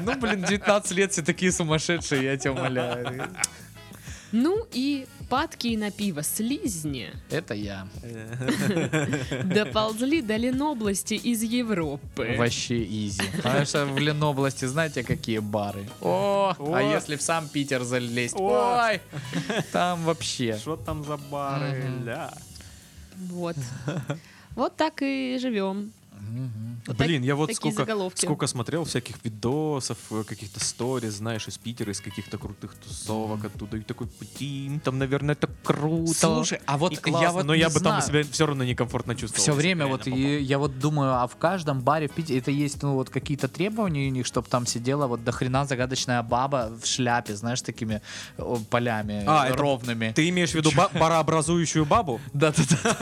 D: Ну, блин, 19 лет все такие сумасшедшие, я тебя умоляю.
A: Ну и падки на пиво слизни
D: Это я.
A: доползли до Ленобласти из
C: Ну,
A: Европы.
D: Вообще изи. Потому что в Ленобласти знаете, какие бары? О, а
C: О.
D: если в сам Питер залезть?
C: О.
D: Ой, там вообще.
C: Что там за бары?
D: Мгм.
C: ля?
A: Вот. Вот так и живем.
D: Мгм.
A: Вот
C: Блин, я вот
A: такие
C: сколько,
A: заголовки.
C: сколько смотрел всяких видосов, э, каких-то сториз, знаешь, из Питера, из каких-то крутых тусовок оттуда. И такой, блин, там, наверное, так круто.
B: Слушай, а вот
C: и
B: я
C: классно,
B: вот
C: но
B: не
C: я бы
B: знаю.
C: там себя все равно некомфортно чувствовал.
B: Все
C: если бы
B: время
C: я
B: вот
C: реально
B: и- я вот думаю, а в каждом баре в Питере это есть ну вот какие-то требования у них, чтобы там сидела вот дохрена загадочная баба в шляпе, знаешь, такими о, полями
C: А,
B: э,
C: это
B: ровными.
C: попал. Ты имеешь в виду ба- барообразующую бабу?
B: Да, да,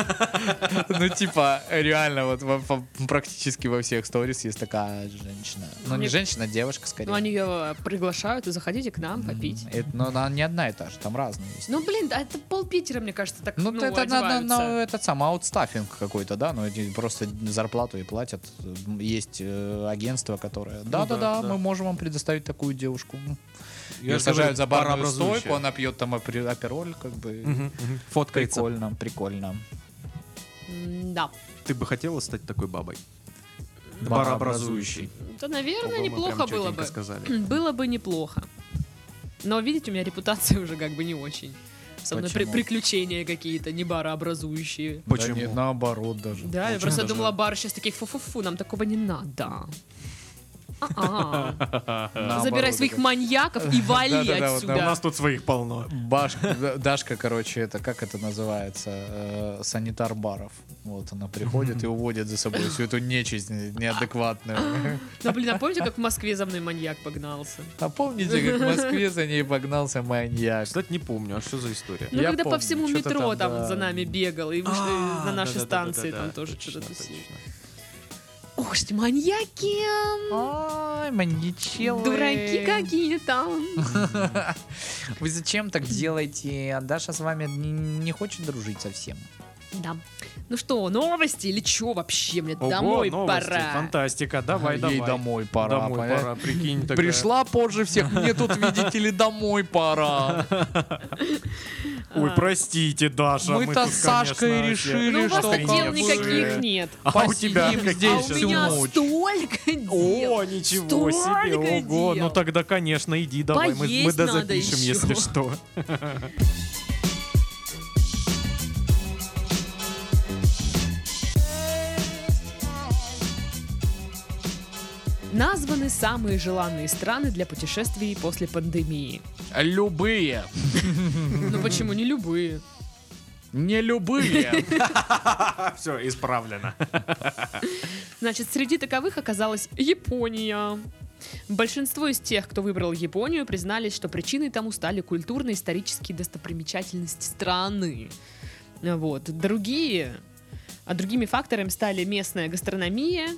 B: да. Ну, типа, реально, вот во- во- практически во всех сторис есть такая женщина. Ну, не
A: Мне-
B: женщина, а девушка скорее.
A: Ну, они ее приглашают, и заходите к нам попить.
B: Это, ну, она не одна и та же, там разные есть.
A: Ну, блин, да это пол Питера, мне кажется, так,
B: Ну,
A: ну,
B: это надо,
A: одеваются.
B: на этот самый аутстаффинг какой-то, да, ну, эти просто зарплату и платят. Есть э, агентство, которое, да-да-да,
C: Ну да, да.
B: мы можем вам предоставить такую девушку.
C: Я
B: Ее
C: же говорю,
B: сажают за барную
C: барообразующая.
B: стойку, она пьет там апри- апероль, как бы.
C: Мгм, мгм. Фоткается.
B: Прикольно, прикольно.
A: М, Да.
C: Ты бы хотела стать такой бабой?
B: Барообразующей.
C: Барообразующей.
A: Да, наверное,
C: Ого, мы
A: неплохо
C: прям
A: было
C: чётенько
A: бы.
C: сказали.
A: Было бы неплохо. Но, видите, у меня репутация уже как бы не очень. Со мной при-
B: Почему?
A: приключения какие-то, не барообразующие.
C: Почему?
B: Да нет, наоборот даже.
A: Да, я
C: Почему
A: просто
C: даже?
A: думала, бары сейчас такие, фу-фу-фу, нам такого не надо. А-а.
B: Наоборот,
A: Забирай своих
B: это.
A: маньяков и вали
B: Да-да-да, вот
C: а У
A: отсюда.
C: нас тут своих полно.
B: Баш- Да- Дашка, короче, это как это называется? Э, санитар баров. Вот она приходит и уводит за собой всю эту нечисть не- неадекватную.
A: Да, блин, а помните, как в Москве за мной маньяк погнался?
B: А помните, как в Москве за ней погнался маньяк?
C: Кстати, не помню, а что за история?
A: Ну,
B: Я
A: когда по
B: помню,
A: всему
B: что-то
A: метро
B: там,
A: там
B: да.
A: за нами бегал, и вышли
C: А,
A: на нашей
C: да-да-да-да-да-да,
A: станции там тоже
C: точно,
A: что-то тусили.
C: точно.
A: Ох, ж ты маньяки!
B: Ай, маньячелы.
A: Дураки какие там!
B: Вы зачем так делаете? А Даша с вами не, не хочет дружить совсем.
A: Да. Ну что, новости или чё вообще? Мне
C: Ого,
A: домой
C: новости,
A: пора.
C: Фантастика, давай, давай.
B: Ей домой пора.
C: Домой
B: понятно?
C: пора, прикинь. такая.
B: Пришла позже всех, мне тут, видите ли, домой пора.
C: Ой, простите, Даша.
B: Мы-то
C: тут,
B: с Сашкой
C: конечно,
B: решили,
A: А. Ну, у вас
B: что
A: дел
B: мы
A: никаких
B: уже
A: нет.
C: А у тебя
B: посидим
C: какие
A: А
B: здесь
A: у
C: сейчас
B: всю
A: меня
B: ночь.
A: столько дел.
C: О, ничего себе,
A: Столько
C: ого.
A: дел.
C: Ну тогда, конечно, иди давай, мы, мы
A: Поесть надо
C: дозапишем,
A: ещё.
C: если что.
A: Названы самые желанные страны для путешествий после пандемии.
C: А
B: Любые.
A: Ну почему не любые?
B: Не любые.
C: Все, А исправлено.
A: Значит, среди таковых оказалась Япония. Большинство из тех, кто выбрал Японию, признались, что причиной тому стали культурно-исторические достопримечательности страны. Вот. Другие, а другими факторами стали местная гастрономия,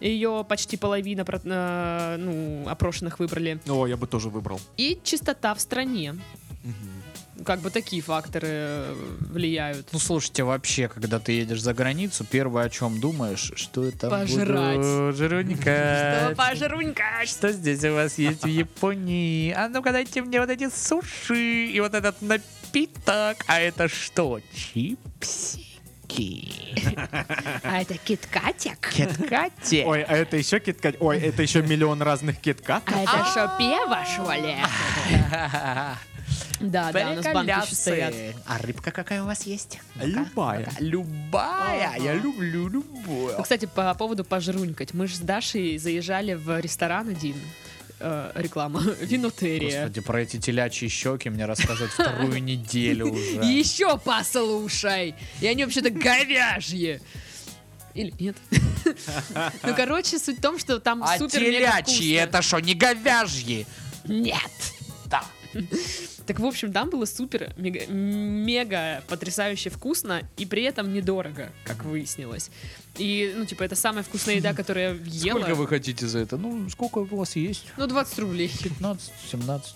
A: ее почти половина про- э, ну, опрошенных выбрали,
C: О, я бы тоже выбрал.
A: и чистота в стране. Как бы такие факторы э, влияют.
B: Ну слушайте, вообще, когда ты едешь за границу, первое о чем думаешь, что это
A: Пожрать.
B: Жирунька.
A: Что пожрунькать?
B: Что здесь у вас есть в Японии? А ну-ка дайте мне вот эти суши и вот этот напиток. А это что? Чипсики.
A: А это киткатик?
B: Кеткати.
C: Ой, а это еще киткат? Ой, это еще миллион разных киткат?
A: А это шо, пиво, шо ли? Да, да, у нас банки еще стоят.
B: А рыбка какая у вас есть?
C: Любая.
B: Любая. Я люблю любую.
A: Ну, кстати, по поводу пожрунькать. Мы же с Дашей заезжали в ресторан один. Э, реклама. Винотерия.
B: Господи, про эти телячьи щеки мне рассказывают вторую неделю уже.
A: Еще послушай! И они вообще-то говяжьи. Или нет? Ну, короче, суть в том, что там
B: А
A: супер
B: телячьи, это что, не говяжьи?
A: Нет!
B: Да.
A: Так, в общем, там было супер, мега, мега потрясающе вкусно и при этом недорого, как выяснилось. И, ну, типа, это самая вкусная еда, которую я ела.
B: Сколько вы хотите за это? Ну, сколько у вас есть?
A: Ну, 20 рублей.
B: 15, 17.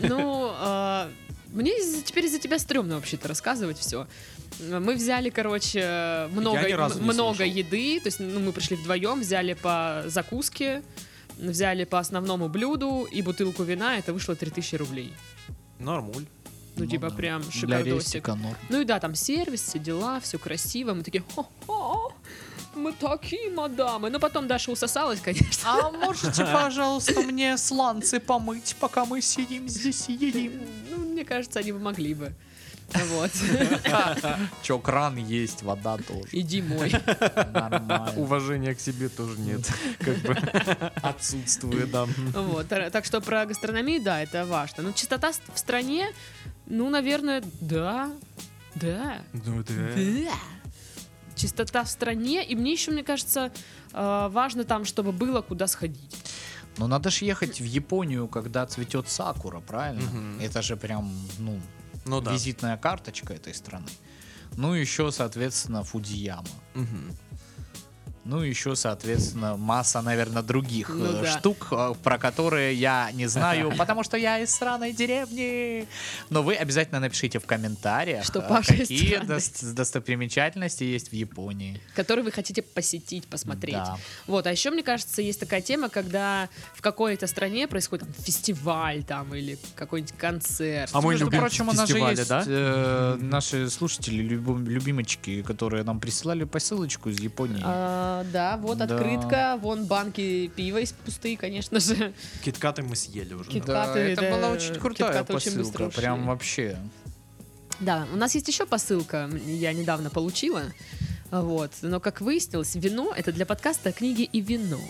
A: Ну, а, мне из- теперь из-за тебя стрёмно вообще-то рассказывать все. Мы взяли, короче, много,
C: ни разу не
A: м- много
C: слышал.
A: еды. То есть, ну, мы пришли вдвоем, взяли по закуске, взяли по основному блюду и бутылку вина. Это вышло 3000 рублей.
C: Нормуль.
A: Ну, типа, прям шикардосик. Ну и да, там сервис, все дела, все красиво. Мы такие, «Хо-хо, мы такие, мадамы. Но потом Даша усосалась, конечно.
B: А можете, пожалуйста, мне сланцы помыть, пока мы сидим здесь и едим?
A: Ну, мне кажется, они бы могли бы. Вот.
B: Че, кран есть, вода тоже.
A: Иди мой.
B: Нормально.
C: Уважения к себе тоже нет. Как бы отсутствует, да.
A: Вот. тар- Так что про гастрономию, да, это важно. Ну, чистота с- в стране, ну, наверное, да. Да.
C: Ну да.
A: Да. Чистота в стране. И мне еще, мне кажется, э, важно там, чтобы было куда сходить.
B: Ну надо же ехать в Японию, когда цветет сакура, правильно?
C: Мгм.
B: Это же прям, ну,
C: Ну да.
B: визитная карточка этой страны. Ну еще, соответственно, Фудзияма.
C: Мгм.
B: Ну еще, соответственно, масса, наверное, других
A: Ну
B: э,
A: да.
B: штук, э, про которые я не знаю, потому что я из сраной деревни. Но вы обязательно напишите в комментариях,
A: Что
B: э,
A: Паша из
B: какие
A: сраной.
B: дос- достопримечательности есть в Японии.
A: Который вы хотите посетить, посмотреть.
B: Да.
A: Вот, а еще, мне кажется, есть такая тема, когда в какой-то стране происходит там, фестиваль там или какой-нибудь концерт.
C: А мы
B: Между
C: любим
B: прочим, у нас же
C: фестивали,
B: есть
C: да?
B: э, наши слушатели, любим- любимочки, которые нам присылали посылочку из Японии.
A: А, да, вот
B: Да.
A: открытка, вон банки пива из пустые, конечно же.
C: Киткаты мы съели уже.
A: Кит-
C: да.
B: Да,
A: киткаты,
B: это
A: да,
B: была очень крутая
A: киткаты очень быстро
B: посылка,
A: ушли.
B: прям вообще.
A: Да, у нас есть еще посылка, я недавно получила. Вот, но как выяснилось, вино это для подкаста книги и вино.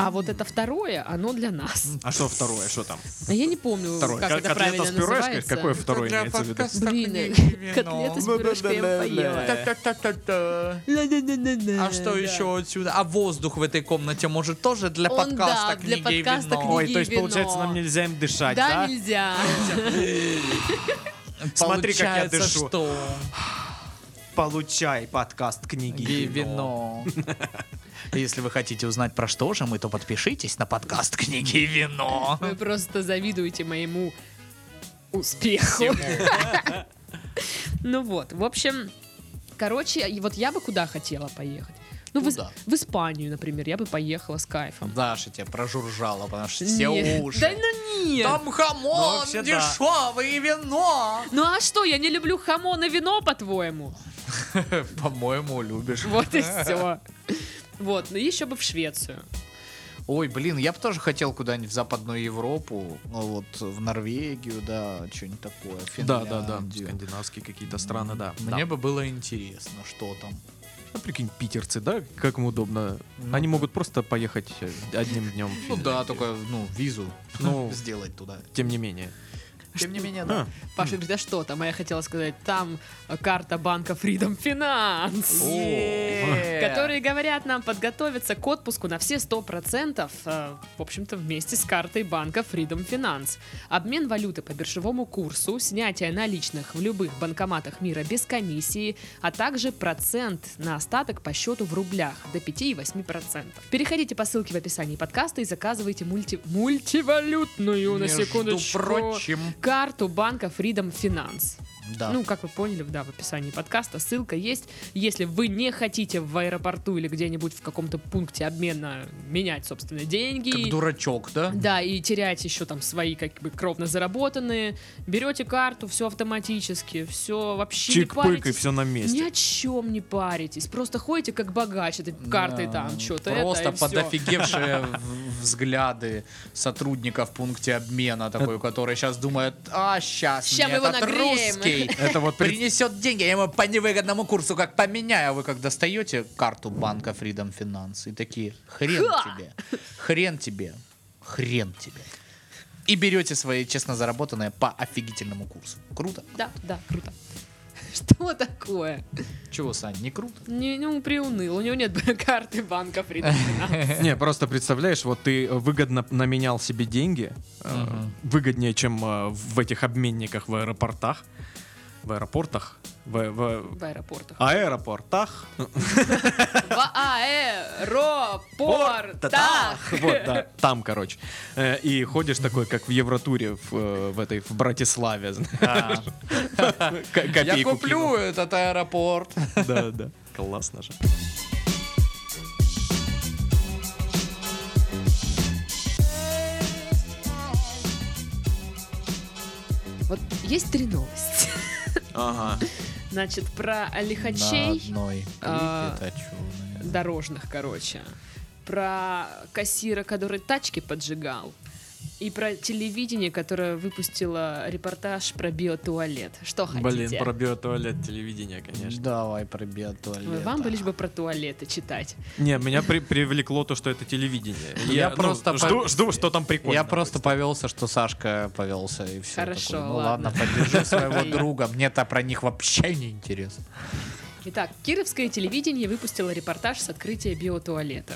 A: А
C: М.
A: вот это второе, оно для нас.
C: А что второе? Что там?
A: А Я не помню,
C: Второе.
A: как
C: Ко-
A: это
C: котлета
A: правильно
C: с пюрешкой?
A: называется. Ну,
C: Какое второе имеется в виду?
A: Блин, котлеты с пюрешкой я бы поела.
B: Так-так-так-так-так.
A: Ла-ла-ла-ла-ла,
B: А что
A: Э, да.
B: еще отсюда? А воздух в этой комнате может тоже для
A: Он, да,
B: подкаста
A: для
B: книги
A: подкаста
B: и вино?
A: книги.
C: Ой, то есть,
A: вино.
C: получается, нам нельзя им
A: Да,
C: дышать, да?
A: нельзя.
C: Смотри, как я
B: Получается,
C: дышу.
B: что
C: Получай подкаст книги
B: книги и вино. Если вы хотите узнать, про что же мы, то подпишитесь на подкаст «Книги и вино».
A: Вы просто завидуете моему успеху. Ну вот, в общем, короче, и вот я бы куда хотела поехать. Ну, в, Ис-
B: Куда?
A: в Испанию, например, я бы поехала с кайфом.
B: Даша тебя прожуржала, потому что все
A: Нет.
B: уши.
A: Да ну нет!
B: Там
C: Ну,
B: хамон,
C: вообще да.
B: дешевый и вино.
A: Ну а что, я не люблю хамон и вино, по-твоему?
B: По-моему, любишь.
A: Вот и все. Вот, ну еще бы в Швецию.
B: Ой, блин, я бы тоже хотел куда-нибудь в Западную Европу, ну вот в Норвегию, да, что-нибудь такое.
C: Да, да, да.
B: Финляндию.
C: Скандинавские какие-то страны, да.
B: Мне бы было интересно, что там.
C: А прикинь, питерцы, да? Как им удобно.
B: Ну
C: Они
B: да.
C: могут просто поехать э, одним днем.
B: Ну да, только, ну, визу
C: Ну,
B: сделать туда.
C: тем не менее.
B: Тем не ну, менее, да.
C: А,
A: Паша говорит, да что там? А я хотела сказать, там э, карта банка Freedom Finance. Которые говорят нам подготовиться к отпуску на все 100%, э, в общем-то, вместе с картой банка Freedom Finance. Обмен валюты по биржевому курсу, снятие наличных в любых банкоматах мира без комиссии, а также процент на остаток по счету в рублях до 5,8%. Переходите по ссылке в описании подкаста и заказывайте мульти... мультивалютную, на
B: Между
A: секундочку,
B: прочим.
A: карту банка Freedom Finance.
B: Да.
A: Ну, как вы поняли, да, в описании подкаста ссылка есть. Если вы не хотите в аэропорту или где-нибудь в каком-то пункте обмена менять, собственно, деньги.
B: как дурачок, да?
A: Да, и терять еще там свои как бы кровно заработанные. Берете карту, все автоматически, все вообще не
C: Чик-пык и
A: паритесь.
C: все на
A: Ни
C: месте.
A: о чем не паритесь. Просто ходите как богач этой картой
B: Да,
A: там, что-то это
B: Просто
A: и всё.
B: подофигевшие в- взгляды сотрудника в пункте обмена такой, который сейчас думает, а, сейчас
A: Э. Ща мы
B: мне
A: его
B: этот
A: нагреем».
B: русский
C: Это вот пред-
B: принесет деньги, я ему по невыгодному курсу как поменяю. А Вы как достаете карту банка Freedom Finance и такие, хрен
A: Ха!
B: тебе, хрен тебе, хрен тебе. И берете свои честно заработанные по офигительному курсу. Круто?
A: Да, да, круто. Что такое?
B: Чего, Сань, не круто?
A: Не, ну, приуныл. У него нет карты банка Freedom Finance.
C: Не, просто представляешь, вот ты выгодно наменял себе деньги, э,
B: Мгм.
C: выгоднее, чем э, в этих обменниках в аэропортах, в аэропортах, в- в
A: В аэропортах.
C: аэропортах.
A: В Э, аэропортах!
C: Вот, да, там, короче. Э, И ходишь такой, как в Евротуре в, э, в этой, в Братиславе. знаешь,
B: А,
C: ко-
B: Я
C: копейку кинул.
B: куплю этот аэропорт.
C: Да, да. Классно же.
A: Вот есть три новости.
C: Ага.
A: Значит, про
B: На
A: лихачей
B: одной
A: А,
B: перетачу, наверное.
A: дорожных, короче. Про кассира, который тачки поджигал. И про телевидение, которое выпустило репортаж про биотуалет. Что хотите?
E: Блин, про биотуалет телевидения, конечно.
D: Давай про биотуалет.
A: Вам бы лишь бы про туалеты читать.
C: Не, меня при- привлекло то, что это телевидение.
B: Я
C: ну,
B: просто
C: жду,
B: по-
C: жду, что там прикольно.
B: Я просто повелся, что Сашка повелся, и все.
A: Хорошо,
B: ну
A: ладно.
B: ладно, поддержи своего
A: Окей.
B: друга. Мне-то про них вообще не интересно.
A: Итак, Кировское телевидение выпустило репортаж с открытия биотуалета.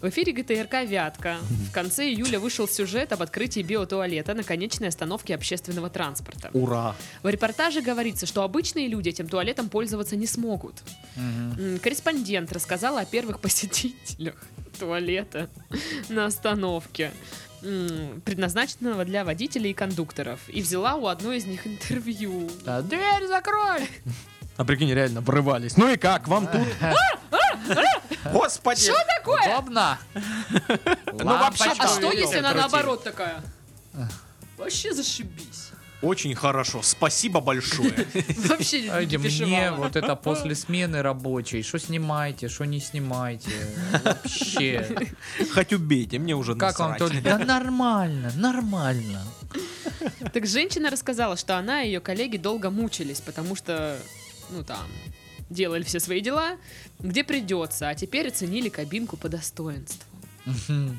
A: В эфире ГТРК «Вятка» в конце июля вышел сюжет об открытии биотуалета на конечной остановке общественного транспорта.
B: Ура!
A: В репортаже говорится, что обычные люди этим туалетом пользоваться не смогут. М, Корреспондент рассказала о первых посетителях туалета на остановке, м, предназначенного для водителей и кондукторов, и взяла у одной из них интервью.
B: дверь закрой!
C: А прикинь, реально врывались. Ну и как, вам тут? Господи!
A: Что такое?
B: Удобно!
C: Ну вообще,
A: А что,
C: Ой,
A: если
C: ёлки
A: она
C: крути.
A: наоборот такая? Вообще зашибись.
C: Очень хорошо, спасибо большое.
A: Вообще не
B: Эдди, мне
A: переживала.
B: вот это после смены рабочей, что снимаете, что не снимаете, вообще.
C: Хоть убейте, мне уже
B: Как вам
C: насрать.
B: тут? Да нормально, нормально.
A: Так женщина рассказала, что она и ее коллеги долго мучились, потому что, ну там, делали все свои дела, где придется, а теперь оценили кабинку по достоинству.
B: Мгм.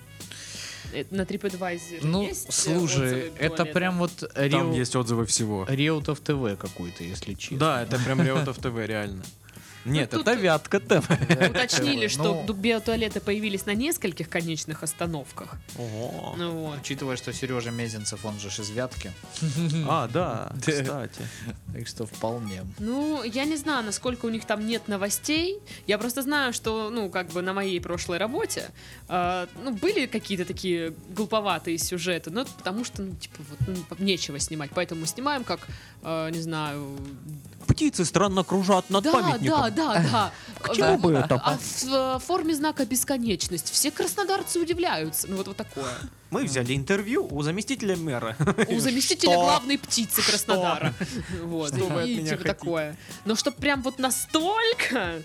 A: Э, На TripAdvisor
B: Ну,
A: есть, э,
B: слушай,
A: отзывы
B: это
A: туалета?
B: прям вот
C: Там
B: Реутов
C: есть отзывы всего.
B: ТВ какой-то, если честно.
E: Да, это прям Реутов ТВ, реально.
C: Нет,
A: тут-
C: это вятка ТВ.
A: Уточнили,
B: Ну.
A: что ду- биотуалеты появились на нескольких конечных остановках.
C: Ого.
A: Ну вот.
B: Учитывая, что Сережа Мезенцев, он же ж из Вятки,
C: А, да, кстати.
B: так что вполне.
A: Ну, я не знаю, насколько у них там нет новостей. Я просто знаю, что, ну, как бы на моей прошлой работе, э, ну, были какие-то такие глуповатые сюжеты, но это потому что, ну, типа, вот, ну, по- нечего снимать. Поэтому снимаем, как, э, не знаю...
C: Птицы странно кружат над
A: Да, да,
C: памятником.
A: да, да.
C: К чему бы это?
A: А в э, форме знака бесконечность все краснодарцы удивляются. Ну, вот, вот такое.
C: Мы взяли интервью у заместителя мэра.
A: У заместителя
C: Что?
A: главной птицы Краснодара. Вот,
C: Что вы от
A: и
C: меня
A: типа
C: хотите?
A: такое. Но чтоб прям вот настолько,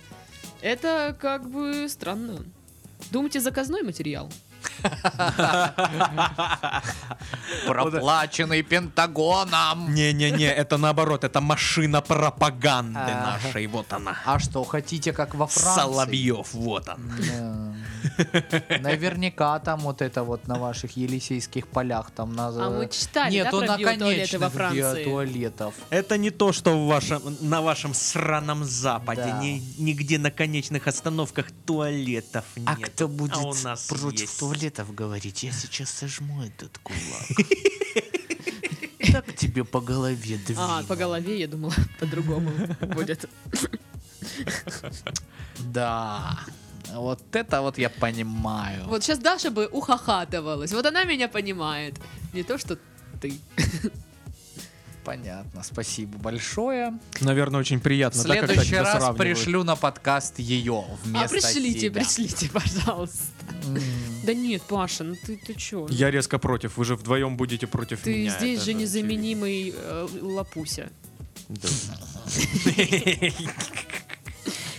A: это как бы странно. Думаете, заказной материал?
B: Проплаченный Пентагоном!
C: Не-не-не, это наоборот, это машина пропаганды нашей, вот она.
B: А что, хотите, как во Франции?
C: Соловьев, вот он.
B: Да. Наверняка там вот это вот на ваших Елисейских полях там на...
A: А мы читали, да,
B: Нету
A: про биотуалеты
B: наконечных
A: во Франции?
B: биотуалетов.
C: Это не то, что в вашем, на вашем сраном западе.
B: Да.
C: Ни- нигде на конечных остановках туалетов нет.
D: А кто будет
C: а у нас
D: против
C: есть.
D: туалетов говорить? Я сейчас сожму этот кулак. Так тебе по голове
A: А,
D: двину.
A: по голове, я думала, по-другому будет.
B: Да. Вот это вот я понимаю.
A: Вот сейчас Даша бы ухахатывалась. Вот она меня понимает. Не то, что ты.
B: Понятно, спасибо большое.
C: Наверное, очень
B: В
C: приятно. да, когда
B: следующий
C: тебя
B: раз
C: сравнивают?
B: пришлю на подкаст ее вместо
A: А пришлите,
B: тебя.
A: пришлите, пожалуйста.
B: М.
A: Да нет, Паша, ну ты, ты чё?
C: Я резко против, вы же вдвоем будете против
A: Ты
C: меня.
A: здесь
C: это
A: же незаменимый э, лапуся.
C: Да.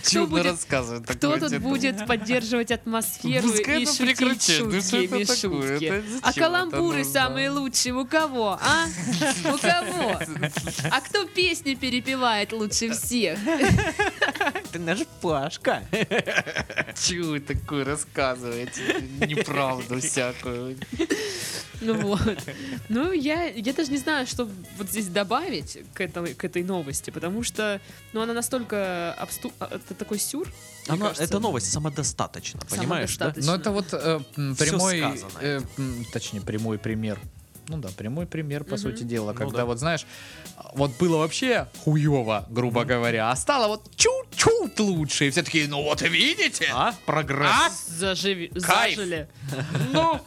A: Кто
B: Чудно
A: будет-
B: рассказывает.
A: Кто
B: такое
A: тут
B: дедуль.
A: будет поддерживать атмосферу
B: Пускай
A: и
B: это
A: шутить
B: прекратит. Ну что
A: шутками
B: это такое?
A: шутки?
B: Это зачем
A: а
B: это
A: каламбуры
B: нужно?
A: самые лучшие у кого, а? У кого? А кто песни перепевает лучше всех?
C: Ты наш Пашка.
B: Чего вы такое рассказываете? Неправду всякую.
A: Ну вот. Ну, я, я даже не знаю, что вот здесь добавить к этой, к этой новости, потому что, ну, она настолько обсту... а, Это такой сюр. мне
C: Она-
A: кажется.
C: Это новость самодостаточно, понимаешь, да?
A: Самодостаточно.
B: Но это вот э, м,
C: Всё
B: прямой,
C: сказано.
B: э, м, точнее, прямой пример. Ну да, прямой пример, по
A: Мгм.
B: сути дела,
C: Ну
B: когда
C: да.
B: вот, знаешь, вот было вообще хуево, грубо говоря, а стало вот чуть-чуть лучше, и все такие, ну вот видите,
C: А? Прогресс.
A: Заживи...
B: Кайф.
A: Зажили.
B: ну,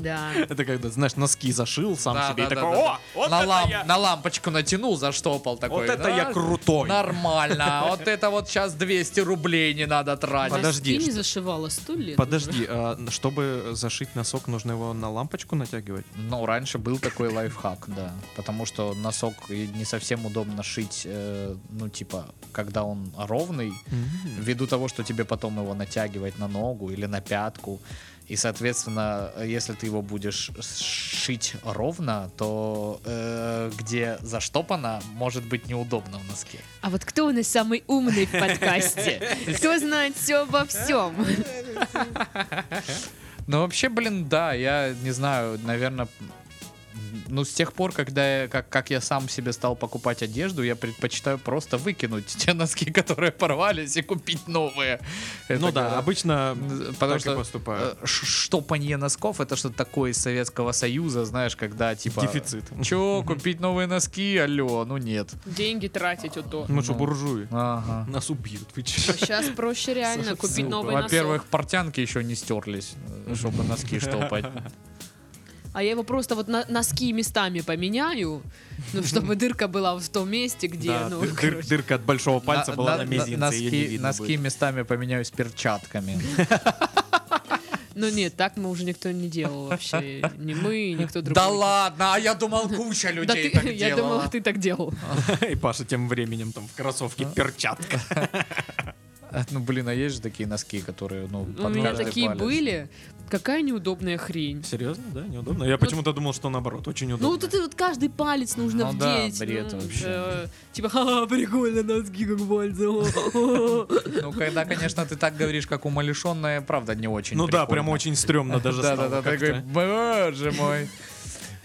A: Да.
C: Это когда, знаешь, носки зашил сам
B: Да,
C: себе и
B: да,
C: такой,
B: да, да.
C: о, вот
B: на,
C: это
B: лам-
C: я,
B: на лампочку натянул, заштопал такой.
C: вот это я
B: «Да,
C: крутой.
B: Нормально, А вот это вот сейчас 200 рублей не надо тратить.
C: Подожди,
A: Носки не
C: что-
A: зашивала сто лет.
C: Подожди, а чтобы зашить носок, нужно его на лампочку натягивать?
B: Ну, раньше был такой лайфхак, да. Потому что носок и не совсем удобно шить, э, ну, типа, когда он ровный, ввиду того, что тебе потом его натягивать на ногу или на пятку. И, соответственно, если ты его будешь шить ровно, то э, где заштопано, может быть неудобно в носке.
A: А вот кто у нас самый умный в подкасте? Кто знает все обо всем?
B: Ну, вообще, блин, да, я не знаю, наверное, ну, с тех пор, когда я, как, как я сам себе стал покупать одежду, я предпочитаю просто выкинуть те носки, которые порвались, и купить новые. Это
C: Ну да,
B: как-
C: обычно
B: Потому
C: так и
B: что
C: поступают.
B: э, ш- штопанье носков это что-то такое из Советского Союза, знаешь, когда типа...
C: Дефицит.
B: Че, купить новые носки? Алло, ну нет.
A: Деньги тратить вот то.
C: Мы что,
B: ну.
C: буржуи?
B: Ага.
C: Нас убьют, вы че?
A: Сейчас проще реально
C: ну,
A: купить новый
B: Во-первых, портянки еще не стерлись, э, чтобы носки штопать.
A: носок. А я его просто вот на- носки местами поменяю, ну, чтобы дырка была вот в том месте, где,
C: Да,
A: ну,
C: дыр- дыр-
A: короче.
C: дырка от большого пальца
B: На-
C: была
B: на-
C: на
B: на-
C: мизинце, ее не
B: Носки,
C: видно
B: носки
C: будет.
B: местами поменяю с перчатками.
A: Ну нет, так мы уже никто не делал вообще. Ни мы, ни никто другой.
B: Да ладно, а я думал, куча
A: Да
B: людей
A: ты,
B: так
A: я думала,
B: делала.
A: ты так делал.
C: И Паша тем временем там в кроссовке перчатка.
B: А, Ну, блин, а есть же такие носки, которые, ну,
A: У
B: под
A: меня
B: каждый
A: такие
B: палец.
A: были. Какая неудобная хрень.
C: Серьезно, да? Неудобно? Я почему-то думал, что наоборот, очень
A: Ну вот
C: удобно.
A: это вот каждый палец нужно
B: Ну да,
A: вдеть.
B: бред
A: ну,
B: вообще.
A: э, Типа, ха прикольно, носки как пальцы. о, о».
B: Ну, когда, конечно, ты так говоришь, как умалишенная, правда, не очень
C: Ну да,
B: прикольно.
C: прям очень стрёмно даже
B: Да, да,
C: стало
B: да, такой,
C: как-то.
B: боже мой.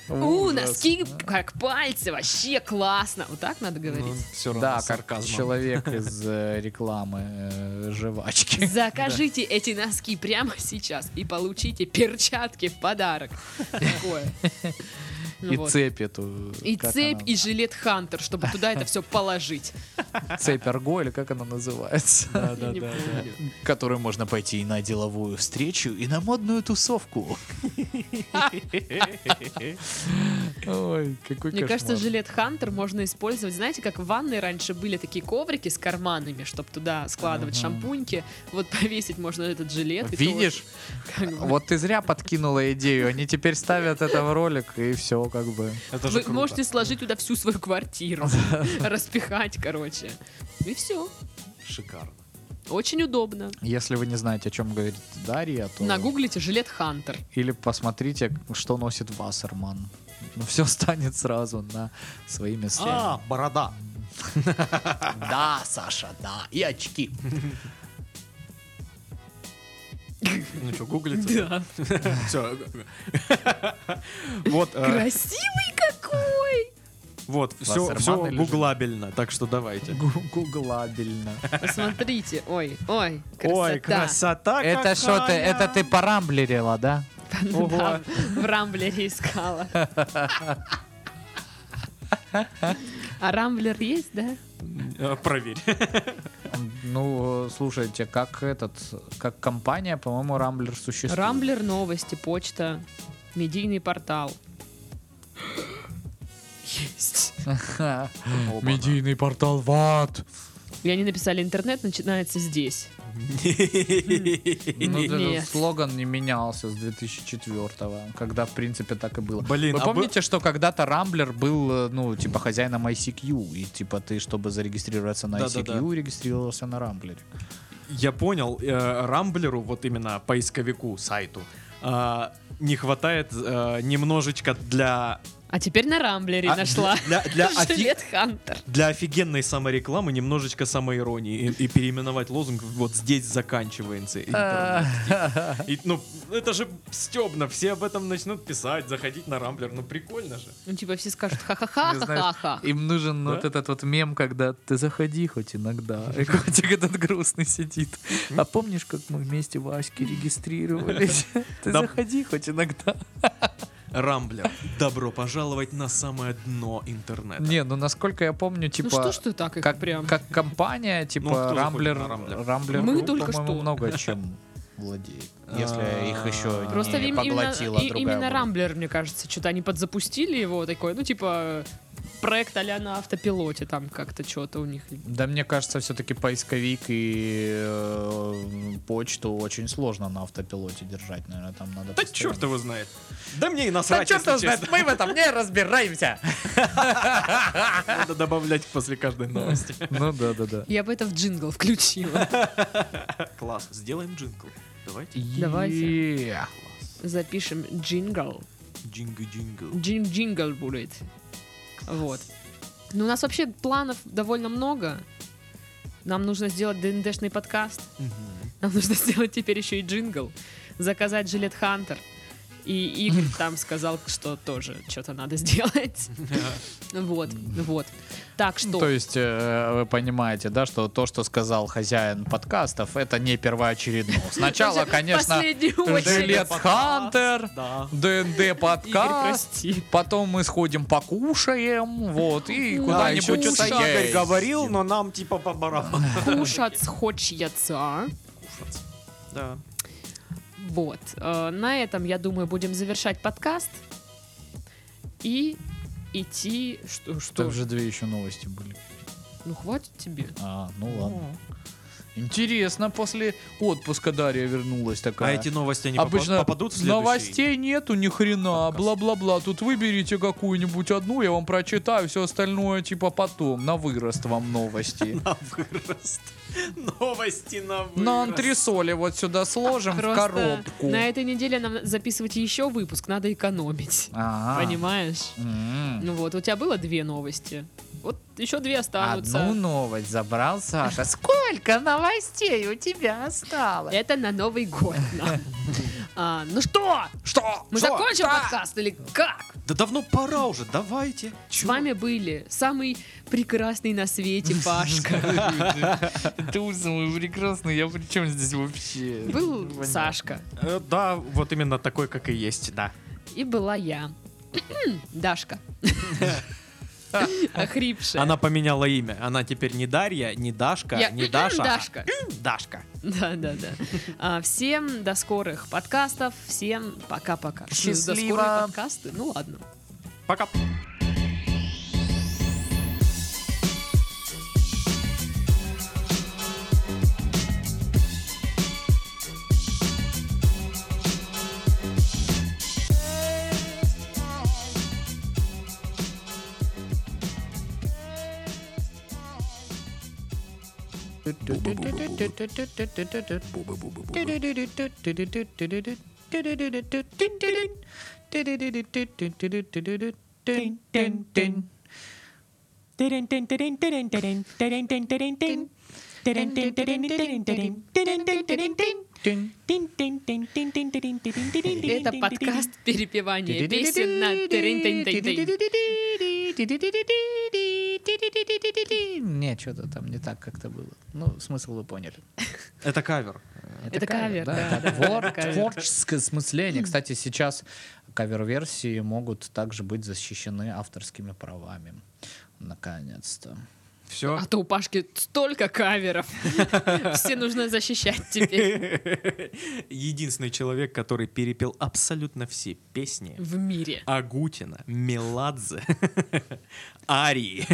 A: У,
B: Ужас.
A: носки как пальцы, вообще классно. Вот так надо говорить.
B: Да,
C: Все Ну, равно с
B: как
C: сарказмом.
B: человек из э, рекламы э, жвачки.
A: Закажите эти носки прямо сейчас и получите перчатки в подарок. Такое. Ну
B: И
A: вот.
B: цепь эту.
A: И
B: как
A: цепь,
B: она?
A: и жилет Хантер, чтобы туда это все положить.
B: Цепь Арго, или как она называется?
A: Я не помню.
B: Которую можно пойти и на деловую встречу, и на модную тусовку. Ой, какой
A: Мне
B: кошмар.
A: кажется, жилет Хантер можно использовать. Знаете, как в ванной раньше были такие коврики с карманами, чтобы туда складывать шампуньки. Вот повесить можно этот жилет. и
B: Видишь?
A: тоже как бы-
B: Вот ты зря подкинула идею. Они теперь ставят это в ролик, и все, как бы.
C: Это же
A: Вы
C: круто.
A: можете сложить туда всю свою квартиру, распихать, короче. И все.
C: Шикарно.
A: Очень удобно.
B: Если вы не знаете, о чем говорит Дарья, то...
A: Нагуглите жилет Хантер.
B: Или посмотрите, что носит Вассерман. Ну, все станет сразу на свои места.
C: А, борода.
B: А. Да, Саша, да. И очки.
C: Ну что, гуглится?
A: Да.
C: Все. Вот, э,
A: Красивый какой!
C: вот, все,
B: Вассерман
C: все
B: или же-
C: гуглабельно, так что давайте.
B: Гу- Гуглабельно.
A: Посмотрите. Ой, ой,
C: Ой, красота
A: А
B: Это что ты,
C: какая!
B: это ты порамблерила, да?
A: Да, в Рамблере искала. А Рамблер есть, да?
C: Э, Проверь.
B: Ну, э, слушайте, как этот, как компания, по-моему, Рамблер существует.
A: Рамблер новости, почта, медийный портал. Есть.
B: Ха. Медийный портал в ад.
A: И они написали, интернет начинается здесь.
B: Ну, этот
A: Нет.
B: слоган не менялся с 2004-го, когда, в принципе, так и было.
C: Блин,
B: Вы
C: а бы-
B: помните, что когда-то Рамблер был, э, ну, типа, хозяином ICQ, и, типа, ты, чтобы зарегистрироваться на ICQ,
C: Да-да-да.
B: регистрировался на Рамблере.
C: Я понял, э, Рамблеру, вот именно поисковику, сайту, а, не хватает э, немножечко для...
A: А теперь на Рамблере
C: а,
A: нашла.
C: Для, для, офи-
A: Жилет Хантер.
C: для офигенной саморекламы немножечко самоиронии и, и переименовать лозунг вот здесь заканчивается интернет.
A: А.
C: И, ну, это же стебно, все об этом начнут писать, заходить на Рамблер, ну прикольно же.
A: Ну, типа, все скажут
B: Ты знаешь,
A: ха-ха-ха-ха-ха.
B: Им нужен вот этот вот мем, когда ты заходи хоть иногда, и котик этот грустный сидит. А помнишь, как мы вместе в Аське регистрировались? Ты
C: Да.
B: заходи хоть иногда.
C: Рамблер, добро пожаловать на самое дно интернета.
B: Не, ну насколько я помню,
A: Ну
B: типа...
A: что ж ты так их
B: как,
A: прям?
B: как компания, типа
C: Ну, кто заходит
B: Рамблер,
C: на Рамблер?
B: Рамблер
A: Мы
B: Групп,
A: только
B: по-моему,
A: что.
B: много чем владеет, если
C: А.
B: их еще
A: Просто
B: не
A: им- именно,
B: поглотила
A: и-
B: другая
A: именно
B: волна.
A: Рамблер, мне кажется, что-то они подзапустили его такой, ну, типа, проект а-ля на автопилоте, там как-то что-то у них.
B: Да, мне кажется, все-таки поисковик и э, почту очень сложно на автопилоте держать, наверное, там надо.
C: Да
B: постоянно-
C: черт его знает. Да мне и
B: Да
C: насрать,
B: черт
C: если
B: его знает,
C: честно.
B: мы в этом не разбираемся.
C: Надо добавлять после каждой новости.
B: Ну да, да, да.
A: Я бы это в джингл включила.
C: Класс, сделаем джингл. Давайте.
A: Давайте.
D: Е.
A: Запишем джингл.
F: Джингу-джингу.
A: Джин джингл будет. Вот. Ну, у нас вообще планов довольно много. Нам нужно сделать ДНДшный подкаст. Нам нужно сделать теперь еще и джингл. Заказать жилет Хантер. И Игорь там сказал, что тоже что-то надо сделать. Вот, вот. Так
D: Ну, То
A: что...
D: есть э, вы понимаете, да, что то, что сказал хозяин подкастов, это не первоочередно. Сначала,
A: Даже в
D: конечно,
A: последнюю очередь.
D: Жилет Хантер,
C: Да.
D: ДНД
A: Игорь,
D: подкаст,
A: прости.
D: потом мы сходим покушаем, вот, и куда-нибудь
C: еще что-то Игорь
D: съесть.
C: говорил, но нам типа по барабану.
A: Кушать хочется.
C: Да.
A: Вот. Э, На этом, я думаю, будем завершать подкаст. И идти... Что?
D: Там
A: что?
D: же две еще новости были.
A: Ну, хватит тебе.
D: А, ну ладно. Интересно, после отпуска Дарья вернулась
C: А
D: такая.
C: эти новости, они
D: Обычно
C: попа- попадут в следующий?
D: новостей нету ни хрена,
C: подкаст.
D: бла-бла-бла. Тут выберите какую-нибудь одну, я вам прочитаю, все остальное типа потом, на вырост вам новости.
C: На вырост. Новости на вырост.
D: На Ну, антресоли вот сюда сложим в
A: Просто
D: коробку.
A: На этой неделе нам записывать еще выпуск, надо экономить.
D: Ага.
A: Понимаешь?
D: М.
A: Ну вот, у тебя было две новости. Вот еще две останутся.
D: Одну новость забрал Саша. Сколько новостей у тебя осталось?
A: Это на Новый год. нам. А, Ну что?
D: Что?
A: Мы
D: Что?
A: закончим
D: Да.
A: подкаст или как?
C: Да давно пора уже, давайте.
A: С вами были самый прекрасный на свете Пашка.
D: Туза мой прекрасный, я при чем здесь вообще? Ну,
A: Был Сашка.
C: Э, Да, вот именно такой, как и есть, да.
A: И была я. Дашка. Охрипшая.
C: Она поменяла имя. Она теперь не Дарья, не Дашка,
A: Я-
C: не Даша. а
A: Дашка.
C: Дашка.
A: Да, да, да. А, Всем до скорых подкастов. Всем пока-пока. Что за До
D: Счастливо.
A: скорых подкасты. Ну ладно.
C: Пока.
A: Это подкаст перепевания песен на Терентень-тень-тень.
D: Не, что-то там не так как-то было. Ну, смысл вы поняли.
C: Это кавер.
A: Это кавер, да,
D: это
A: да,
D: твор-
A: это кавер.
D: Творческое смысление. Кстати, сейчас кавер-версии могут также быть защищены авторскими правами. Наконец-то.
C: Все.
A: А то у Пашки столько каверов. Все нужно защищать теперь
C: Единственный человек, который перепел абсолютно все песни.
A: в мире.
C: Агутина, Меладзе, Арии.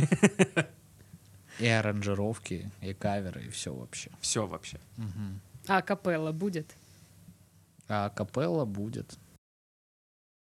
D: И аранжировки, и каверы, и все вообще.
C: Все вообще.
A: А капелла будет?
D: А капелла будет.